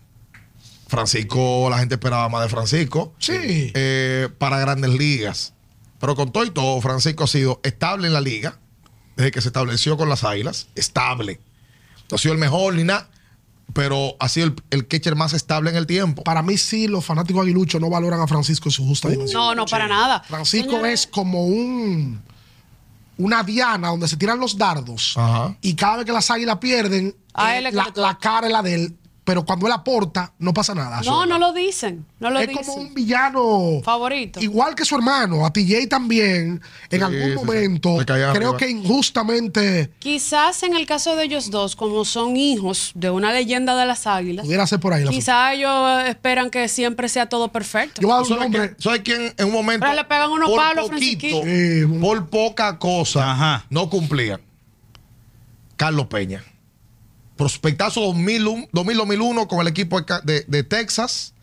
[SPEAKER 4] Francisco, la gente esperaba más de Francisco.
[SPEAKER 1] Sí.
[SPEAKER 4] Eh, para grandes ligas. Pero con todo y todo, Francisco ha sido estable en la liga. Desde que se estableció con las águilas. Estable. No ha sido el mejor ni nada. Pero ha sido el, el catcher más estable en el tiempo.
[SPEAKER 1] Para mí sí, los fanáticos aguiluchos no valoran a Francisco en su justa dimensión.
[SPEAKER 3] No, no, para nada.
[SPEAKER 1] Francisco
[SPEAKER 3] Señores,
[SPEAKER 1] es como un una diana donde se tiran los dardos
[SPEAKER 4] Ajá.
[SPEAKER 1] y cada vez que las águilas pierden,
[SPEAKER 3] A
[SPEAKER 1] eh,
[SPEAKER 3] él es que
[SPEAKER 1] la,
[SPEAKER 3] le toca.
[SPEAKER 1] la cara es la de él, pero cuando él aporta, no pasa nada.
[SPEAKER 3] No, no lo dicen. No lo
[SPEAKER 1] es
[SPEAKER 3] dicen.
[SPEAKER 1] como un villano
[SPEAKER 3] Favorito.
[SPEAKER 1] Igual que su hermano, a TJ también, en
[SPEAKER 4] Sí,
[SPEAKER 1] algún
[SPEAKER 4] sí, sí.
[SPEAKER 1] momento,
[SPEAKER 4] Se
[SPEAKER 1] creo
[SPEAKER 4] caía arriba.
[SPEAKER 1] que injustamente
[SPEAKER 3] Quizás en el caso de ellos dos, como son hijos de una leyenda de las águilas,
[SPEAKER 1] pudiera ser por ahí la
[SPEAKER 3] quizás ellos eh, esperan que siempre sea todo perfecto.
[SPEAKER 1] Yo voy a dar un
[SPEAKER 4] ¿Sabes
[SPEAKER 1] nombre.
[SPEAKER 4] quién, sabes quién en un momento.
[SPEAKER 3] Pero le pegan unos
[SPEAKER 4] por
[SPEAKER 3] palos a
[SPEAKER 4] poquito,
[SPEAKER 3] Francisquito.
[SPEAKER 1] Sí, un-
[SPEAKER 4] Por poca cosa
[SPEAKER 2] Ajá.
[SPEAKER 4] no cumplían. Carlos Peña. Prospectazo 2000, 2000-2001 con el equipo de, Ca- de- de Texas.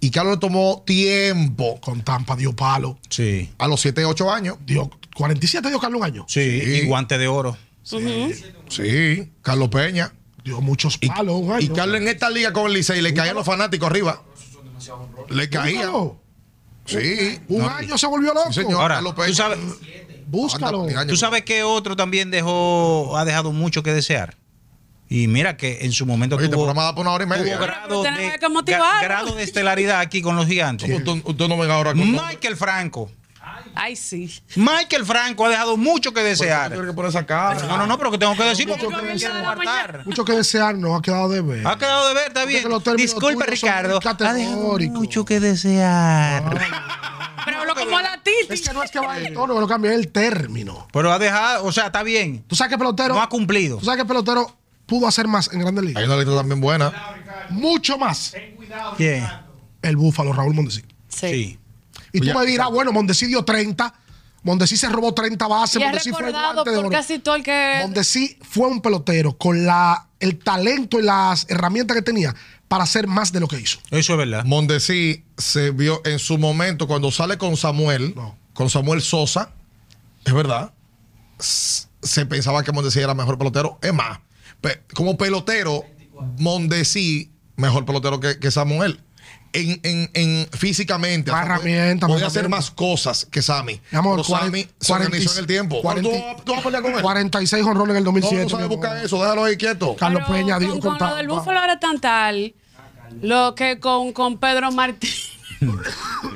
[SPEAKER 4] Y Carlos le tomó tiempo
[SPEAKER 1] Con Tampa dio palo.
[SPEAKER 2] Sí.
[SPEAKER 4] a los 7, 8 años.
[SPEAKER 1] Dio 47 dio Carlos un año.
[SPEAKER 2] Sí,
[SPEAKER 4] Sí.
[SPEAKER 2] y guante de oro.
[SPEAKER 4] Sí, Carlos Peña.
[SPEAKER 1] Dio muchos
[SPEAKER 4] Y,
[SPEAKER 1] palos un año.
[SPEAKER 4] y Carlos en esta liga con el Licey le caían los fanáticos arriba. Le caían.
[SPEAKER 1] Búscalo.
[SPEAKER 4] Sí.
[SPEAKER 1] Un año se volvió loco.
[SPEAKER 4] Sí, señor.
[SPEAKER 2] Ahora,
[SPEAKER 4] Carlos Peña.
[SPEAKER 2] tú sabes,
[SPEAKER 1] Búscalo.
[SPEAKER 4] Anda,
[SPEAKER 2] tú sabes que otro también dejó, ha dejado mucho que desear. Y mira que en su momento
[SPEAKER 4] Oye, este
[SPEAKER 2] tuvo,
[SPEAKER 4] programa da por una hora y media.
[SPEAKER 2] tuvo grado,
[SPEAKER 3] Pero
[SPEAKER 2] de,
[SPEAKER 3] tenemos que motivarnos.
[SPEAKER 2] gra- grado de estelaridad aquí con los gigantes.
[SPEAKER 4] Usted, usted no venga ahora con
[SPEAKER 2] Michael Franco.
[SPEAKER 3] Ay, sí.
[SPEAKER 2] Michael Franco ha dejado mucho
[SPEAKER 1] Pues,
[SPEAKER 2] que
[SPEAKER 4] Tiene
[SPEAKER 2] desear.
[SPEAKER 4] que poner esa cara.
[SPEAKER 2] No, no, no, pero que tengo que decir porque
[SPEAKER 3] Mucho que
[SPEAKER 2] me quieren
[SPEAKER 3] desear.
[SPEAKER 2] guardar.
[SPEAKER 1] Mucho que desear, nos ha quedado de ver.
[SPEAKER 4] Ah,
[SPEAKER 2] Ha quedado de ver, está bien.
[SPEAKER 1] que los términos
[SPEAKER 2] Disculpe,
[SPEAKER 1] tuyos son
[SPEAKER 2] Ricardo.
[SPEAKER 1] muy
[SPEAKER 2] Ha dejado
[SPEAKER 1] categóricos.
[SPEAKER 2] mucho que desear.
[SPEAKER 3] Pero hablo como la Titi.
[SPEAKER 1] Ah, Es que no es que va el tono, que lo cambié, es el término.
[SPEAKER 2] Pero ha dejado, o sea, está bien.
[SPEAKER 1] Tú sabes que pelotero.
[SPEAKER 2] No ha cumplido.
[SPEAKER 1] Tú sabes que pelotero pudo hacer más en Grandes
[SPEAKER 4] Hay
[SPEAKER 1] Ligas.
[SPEAKER 4] una letra también buena.
[SPEAKER 1] Mucho más.
[SPEAKER 2] Bien.
[SPEAKER 1] El Búfalo, Raúl Mondesi.
[SPEAKER 2] Sí.
[SPEAKER 1] Y
[SPEAKER 4] Ya,
[SPEAKER 1] tú me dirás, bueno, Mondesi dio 30. Mondesi se robó 30 bases.
[SPEAKER 3] Y es
[SPEAKER 1] Mondesi fue el
[SPEAKER 3] recordado
[SPEAKER 1] guante de
[SPEAKER 3] por
[SPEAKER 1] oro.
[SPEAKER 3] casi todo el que.
[SPEAKER 1] Mondesi fue un pelotero con la, el talento y las herramientas que tenía para hacer más de lo que hizo.
[SPEAKER 2] Eso es verdad.
[SPEAKER 4] Mondesi se vio en su momento cuando sale con Samuel,
[SPEAKER 1] No.
[SPEAKER 4] con Samuel Sosa, es verdad, s- se pensaba que Mondesi era mejor pelotero. Es más, pe- como pelotero, Mondesi, mejor pelotero que, que Samuel. En, en- en- físicamente,
[SPEAKER 1] Más
[SPEAKER 4] o sea,
[SPEAKER 1] herramientas,
[SPEAKER 4] podía
[SPEAKER 1] más
[SPEAKER 4] hacer
[SPEAKER 1] herramientas.
[SPEAKER 4] más cosas que Sammy.
[SPEAKER 1] Mi amor,
[SPEAKER 4] Pero Sammy se organizó en el tiempo.
[SPEAKER 1] cuarenta-
[SPEAKER 4] ¿Tú vas- tú vas a pelear con él?
[SPEAKER 1] 46 honrones en el
[SPEAKER 4] No,
[SPEAKER 1] 2007.
[SPEAKER 4] no sabes
[SPEAKER 1] mi amor.
[SPEAKER 4] buscar eso, déjalo ahí quieto.
[SPEAKER 1] Carlos
[SPEAKER 3] Pero
[SPEAKER 1] Peña dio
[SPEAKER 3] con,
[SPEAKER 1] con
[SPEAKER 3] con
[SPEAKER 1] ta-
[SPEAKER 3] lo del Búfalo era tan tal. Lo que con, con Pedro Martín.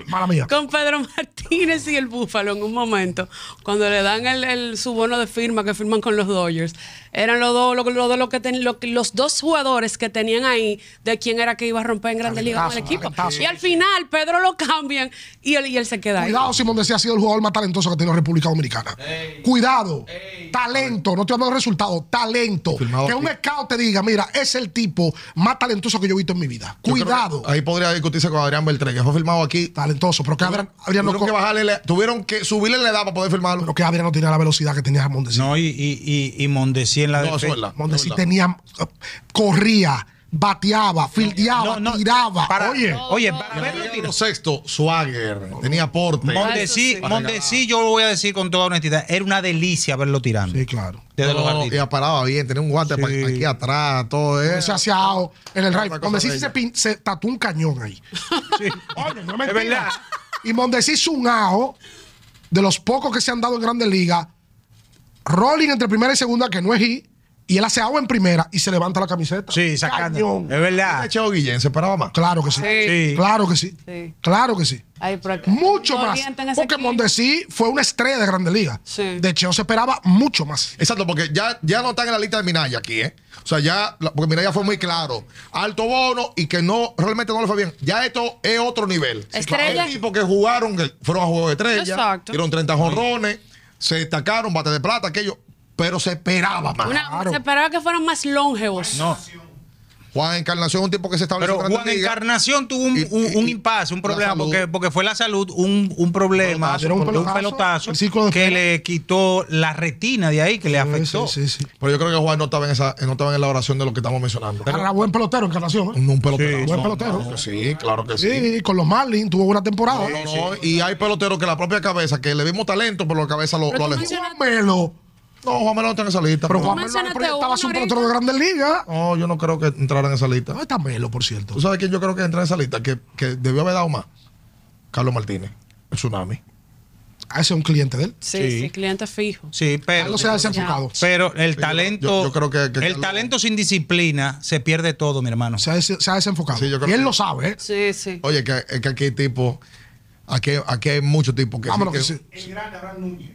[SPEAKER 1] Mala mía.
[SPEAKER 3] Con Pedro Martínez y el Búfalo en un momento, cuando le dan el, el- su bono de firma que firman con los Dodgers, eran los dos, lo, lo de lo que ten- lo que- los dos jugadores que tenían ahí de quién era que iba a romper en Grandes Ligas con el
[SPEAKER 1] Talentazo,
[SPEAKER 3] equipo. Y al final Pedro lo cambian y él, y él se queda ahí.
[SPEAKER 1] Cuidado si Mondesi ha sido el jugador más talentoso que tiene la República Dominicana. Cuidado. Talento. No estoy hablando de resultados. Talento.
[SPEAKER 4] Firmado
[SPEAKER 1] que un
[SPEAKER 4] aquí.
[SPEAKER 1] scout te diga, mira, es el tipo más talentoso que yo he visto en mi vida.
[SPEAKER 4] Yo creo que
[SPEAKER 1] Cuidado.
[SPEAKER 4] Ahí podría discutirse con Adrián Beltré, que fue filmado aquí.
[SPEAKER 1] Talentoso. Pero que Adrián, Adrián no,
[SPEAKER 4] Tuvieron que,
[SPEAKER 1] co-
[SPEAKER 4] bajarle la- tuvieron que subirle la edad para poder firmarlo.
[SPEAKER 1] pero que Adrián no tenía la velocidad que tenía Mondesi.
[SPEAKER 2] No, y, y, y, y Mondesi en la
[SPEAKER 4] No, eso es
[SPEAKER 2] defensa.
[SPEAKER 4] verdad.
[SPEAKER 1] Mondesi
[SPEAKER 4] Es verdad.
[SPEAKER 1] tenía, eh, corría, bateaba, fildeaba,
[SPEAKER 2] No, no,
[SPEAKER 1] tiraba.
[SPEAKER 2] para-
[SPEAKER 1] Oye.
[SPEAKER 2] oye, para verlo
[SPEAKER 4] Tenía
[SPEAKER 2] tirar.
[SPEAKER 4] lo sexto, Swagger. Tenía aporte.
[SPEAKER 2] Mondesi, Mondesi, yo lo voy a decir con toda honestidad, era una delicia verlo tirando.
[SPEAKER 1] Sí, claro.
[SPEAKER 2] Desde
[SPEAKER 4] No,
[SPEAKER 2] los
[SPEAKER 4] no,
[SPEAKER 2] jardines.
[SPEAKER 4] ella paraba bien, tenía un guante
[SPEAKER 2] Sí.
[SPEAKER 4] pa- aquí atrás, todo
[SPEAKER 1] se
[SPEAKER 4] eso.
[SPEAKER 1] hacía ao en el
[SPEAKER 4] Otra
[SPEAKER 1] rayo.
[SPEAKER 4] Eh, cosa
[SPEAKER 1] Mondesi
[SPEAKER 4] bella.
[SPEAKER 1] se, pin- se tatuó un cañón ahí.
[SPEAKER 2] Sí.
[SPEAKER 1] <laughs> Oye, no es
[SPEAKER 2] Es
[SPEAKER 1] mentira.
[SPEAKER 2] verdad.
[SPEAKER 1] Y Mondesi hizo un ajo de los pocos que se han dado en Grandes Ligas. Rolling entre primera y segunda, que no es hit. y él hace agua en primera y se levanta la camiseta.
[SPEAKER 2] Sí, sacando.
[SPEAKER 1] Cañón.
[SPEAKER 2] Es verdad.
[SPEAKER 4] Este Cheo Guillén se paraba más.
[SPEAKER 1] Claro que sí.
[SPEAKER 2] Sí.
[SPEAKER 1] Claro que sí.
[SPEAKER 3] Sí.
[SPEAKER 1] Claro que sí.
[SPEAKER 3] Ay, pero acá-
[SPEAKER 1] Mucho
[SPEAKER 3] no
[SPEAKER 1] más.
[SPEAKER 3] orientan ese
[SPEAKER 1] Porque
[SPEAKER 3] clip.
[SPEAKER 1] Mondesi fue una estrella de Grande Liga.
[SPEAKER 3] Sí.
[SPEAKER 1] De Cheo se esperaba mucho más.
[SPEAKER 4] Exacto, porque ya, ya no están en la lista de Minaya aquí, ¿eh? O sea, ya, la- porque Minaya fue muy claro. Alto bono y que no, realmente no le fue bien. Ya esto es otro nivel.
[SPEAKER 3] Estrella.
[SPEAKER 4] Hay equipos que jugaron, que fueron a juego de estrella.
[SPEAKER 3] Exacto.
[SPEAKER 4] Dieron 30 jonrones, se destacaron, bate de plata, aquello. Pero se esperaba más.
[SPEAKER 3] Una-
[SPEAKER 1] Claro.
[SPEAKER 3] Se esperaba que fueran más longevos.
[SPEAKER 2] No.
[SPEAKER 4] Juan Encarnación es un tipo que se estableció
[SPEAKER 2] Pero
[SPEAKER 4] en Grandes
[SPEAKER 2] Juan
[SPEAKER 4] Ligas.
[SPEAKER 2] Encarnación tuvo un,
[SPEAKER 4] Y-
[SPEAKER 2] un, un
[SPEAKER 4] y-
[SPEAKER 2] impasse, un
[SPEAKER 4] la
[SPEAKER 2] problema,
[SPEAKER 4] salud.
[SPEAKER 2] porque, porque fue la salud un, un problema,
[SPEAKER 1] Pelotazo, era un
[SPEAKER 2] porque un
[SPEAKER 1] pelotazo,
[SPEAKER 2] pelotazo
[SPEAKER 1] el círculo de
[SPEAKER 2] que
[SPEAKER 1] espera.
[SPEAKER 2] le quitó la retina de ahí, que le afectó.
[SPEAKER 1] Sí, sí, sí.
[SPEAKER 4] Pero yo creo que Juan no estaba en, esa, no estaba en la oración de lo que estamos mencionando.
[SPEAKER 1] Era buen pelotero, Encarnación. ¿eh?
[SPEAKER 4] Un, un pelotero.
[SPEAKER 1] Sí, buen pelotero.
[SPEAKER 4] claro que sí, claro que sí.
[SPEAKER 1] Sí, con los Marlins tuvo buena temporada.
[SPEAKER 4] No, no, Y hay peloteros que la propia cabeza, que le vimos talento, pero la cabeza lo,
[SPEAKER 3] Pero tú
[SPEAKER 4] lo alejó.
[SPEAKER 1] Juan Melo.
[SPEAKER 4] No, Juan Melo no está en esa lista.
[SPEAKER 1] Pero
[SPEAKER 4] no.
[SPEAKER 1] Juan Melo
[SPEAKER 3] mencionaste
[SPEAKER 1] proyectaba
[SPEAKER 3] uno
[SPEAKER 1] a ser un
[SPEAKER 3] ahorita.
[SPEAKER 1] pelotero de Grandes Ligas.
[SPEAKER 4] No, yo no creo que entrara en esa lista.
[SPEAKER 1] ¿Dónde está Melo, por cierto?
[SPEAKER 4] ¿Tú sabes quién yo creo que entra en esa lista? Que, que debió haber dado más. Carlos Martínez, el tsunami.
[SPEAKER 1] Ah, Ese es un cliente de él.
[SPEAKER 3] Sí,
[SPEAKER 2] Sí.
[SPEAKER 3] sí, cliente fijo.
[SPEAKER 2] Sí, pero,
[SPEAKER 1] Carlos se ha desenfocado.
[SPEAKER 2] pero el
[SPEAKER 4] yo-
[SPEAKER 2] talento,
[SPEAKER 4] yo creo que- que
[SPEAKER 2] el
[SPEAKER 4] Carlos-
[SPEAKER 2] talento sin disciplina se pierde todo, mi hermano.
[SPEAKER 1] Se ha, des- se ha desenfocado.
[SPEAKER 4] Sí, yo creo
[SPEAKER 1] y él
[SPEAKER 4] que-
[SPEAKER 1] lo sabe, ¿eh?
[SPEAKER 3] Sí, sí.
[SPEAKER 4] Oye, que, es que aquí hay tipo. Aquí, aquí hay muchos tipos que.
[SPEAKER 1] Vámonos, Ah, que
[SPEAKER 4] que-
[SPEAKER 1] sí.
[SPEAKER 5] El grande Abraham Núñez.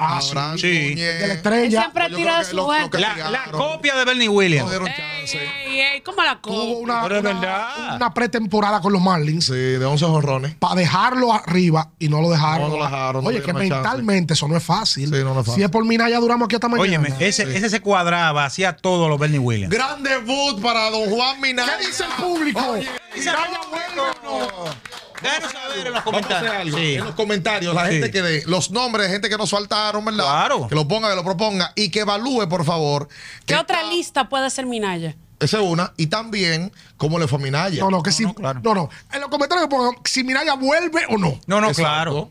[SPEAKER 1] Ah, sí.
[SPEAKER 4] Abraham
[SPEAKER 2] Sí.
[SPEAKER 4] Núñez,
[SPEAKER 1] De la
[SPEAKER 3] Él
[SPEAKER 1] estrella.
[SPEAKER 3] siempre
[SPEAKER 4] yo
[SPEAKER 3] tira
[SPEAKER 4] creo
[SPEAKER 3] a
[SPEAKER 4] que
[SPEAKER 3] su
[SPEAKER 4] lo- lo
[SPEAKER 3] juego.
[SPEAKER 4] que-
[SPEAKER 2] la, la
[SPEAKER 4] Castigaron.
[SPEAKER 2] copia de Bernie Williams.
[SPEAKER 4] no dieron
[SPEAKER 3] Ey,
[SPEAKER 4] chance.
[SPEAKER 3] ey, ey, ¿cómo la
[SPEAKER 1] Tuvo
[SPEAKER 3] cojo?
[SPEAKER 1] una,
[SPEAKER 2] Pero es
[SPEAKER 1] una-
[SPEAKER 2] verdad.
[SPEAKER 1] una pretemporada con los Marlins.
[SPEAKER 4] Sí, de 11 jorrones.
[SPEAKER 1] para dejarlo arriba y no lo dejaron.
[SPEAKER 4] No lo dejaron, no
[SPEAKER 1] Oye,
[SPEAKER 4] le
[SPEAKER 1] que
[SPEAKER 4] dieron más
[SPEAKER 1] mentalmente eso no es fácil.
[SPEAKER 4] Sí, no, no es
[SPEAKER 1] Si
[SPEAKER 4] fácil.
[SPEAKER 1] es por Mina, ya duramos aquí hasta mañana.
[SPEAKER 2] Óyeme, ese, ese se cuadraba, hacía todo lo Bernie Williams.
[SPEAKER 4] Gran debut para don Juan Minaya.
[SPEAKER 1] ¿Qué dice el público?
[SPEAKER 4] Oye,
[SPEAKER 1] Minaya vuelve o no.
[SPEAKER 2] Déjanos saber en los
[SPEAKER 4] Vamos a hacer
[SPEAKER 2] comentarios.
[SPEAKER 4] algo.
[SPEAKER 2] Sí.
[SPEAKER 4] En los comentarios, la
[SPEAKER 2] Sí.
[SPEAKER 4] gente que dé los nombres de gente que nos faltaron, ¿verdad?
[SPEAKER 2] Claro.
[SPEAKER 4] Que lo ponga, que lo proponga y que evalúe, por favor.
[SPEAKER 3] ¿Qué
[SPEAKER 4] que
[SPEAKER 3] otra
[SPEAKER 4] ta-
[SPEAKER 3] lista puede ser Minaya?
[SPEAKER 4] Esa es una. Y también, ¿cómo le fue a Minaya?
[SPEAKER 1] No, no, que si. No,
[SPEAKER 2] no, claro.
[SPEAKER 1] no. En los comentarios que pongan si Minaya vuelve o no.
[SPEAKER 2] No, no,
[SPEAKER 4] Exacto.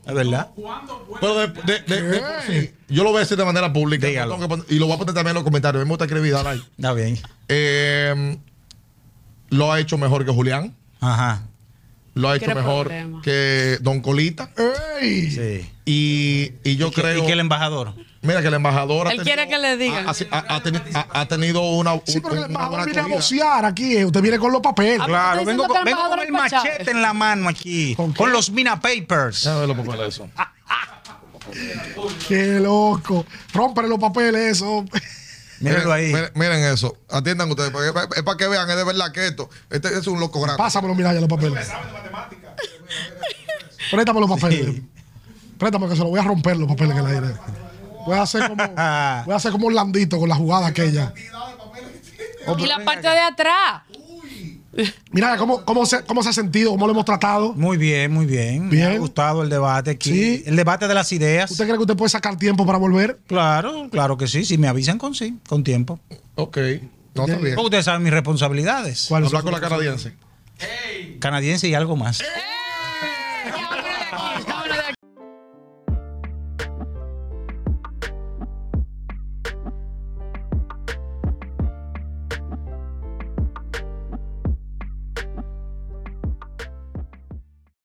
[SPEAKER 2] claro, es verdad.
[SPEAKER 4] Pero de, de- de- de- sí, yo lo voy a decir de manera pública.
[SPEAKER 2] Dígalo.
[SPEAKER 4] No tengo que pon- y lo voy a poner también en los comentarios. A mí Me gusta escribir, dale ahí.
[SPEAKER 2] Está bien.
[SPEAKER 4] Eh, lo ha hecho mejor que Julián.
[SPEAKER 2] Ajá.
[SPEAKER 4] Lo ha hecho
[SPEAKER 3] Tiene
[SPEAKER 4] mejor
[SPEAKER 3] problema.
[SPEAKER 4] que Don Colita.
[SPEAKER 1] ¡Ey!
[SPEAKER 2] Sí.
[SPEAKER 4] Y, y yo
[SPEAKER 2] ¿Y que-
[SPEAKER 4] creo.
[SPEAKER 2] y que el embajador.
[SPEAKER 4] Mira que la embajadora. ha
[SPEAKER 3] Él quiere que le digan.
[SPEAKER 4] Ha, ha- ha teni- ha- ha tenido una.
[SPEAKER 1] Sí, porque el
[SPEAKER 4] una buena
[SPEAKER 1] embajador viene a
[SPEAKER 4] acogida.
[SPEAKER 1] vocear aquí. eh. Usted viene con los papeles.
[SPEAKER 3] Ah,
[SPEAKER 2] Claro,
[SPEAKER 3] Estoy
[SPEAKER 2] vengo, con,
[SPEAKER 3] diciendo que el
[SPEAKER 2] vengo con
[SPEAKER 3] embajador
[SPEAKER 2] el
[SPEAKER 3] es Pachá.
[SPEAKER 2] machete en la mano aquí,
[SPEAKER 1] ¿Con
[SPEAKER 2] con,
[SPEAKER 1] qué? Ah,
[SPEAKER 2] los Mina Papers.
[SPEAKER 4] Déjame ver los papeles
[SPEAKER 2] <laughs>
[SPEAKER 4] eso.
[SPEAKER 1] ¡Qué loco! Rompen los papeles, eso.
[SPEAKER 2] Mírenlo ahí.
[SPEAKER 4] Miren, miren eso. Atiendan ustedes. porque Es es para que vean, es de verdad que esto. Este es un loco grande.
[SPEAKER 1] Pásamelo, Minaya, los papeles.
[SPEAKER 5] Sabe de matemática.
[SPEAKER 1] Préstame los papeles. Préstame que se los voy a romper los papeles que le diré. Voy a hacer como, voy a hacer como Orlandito con la jugada aquella.
[SPEAKER 5] Cantidad de papeles que tiene.
[SPEAKER 3] Y la parte de atrás.
[SPEAKER 1] Mira cómo, cómo, se, cómo se ha sentido, cómo lo hemos tratado.
[SPEAKER 2] Muy bien, muy bien. Me ha
[SPEAKER 1] Bien.
[SPEAKER 2] gustado el debate aquí.
[SPEAKER 1] Sí.
[SPEAKER 2] El debate de las ideas.
[SPEAKER 1] ¿Usted cree que usted puede sacar tiempo para volver?
[SPEAKER 2] Claro, claro que sí. Si me avisan con sí, con tiempo.
[SPEAKER 4] Ok. No está bien.
[SPEAKER 2] Porque ustedes saben mis responsabilidades.
[SPEAKER 1] ¿Cuáles
[SPEAKER 4] Hablar
[SPEAKER 1] son
[SPEAKER 4] con la canadiense.
[SPEAKER 2] Canadiense y algo más.
[SPEAKER 3] Ya, vámonos de aquí, vámonos de aquí.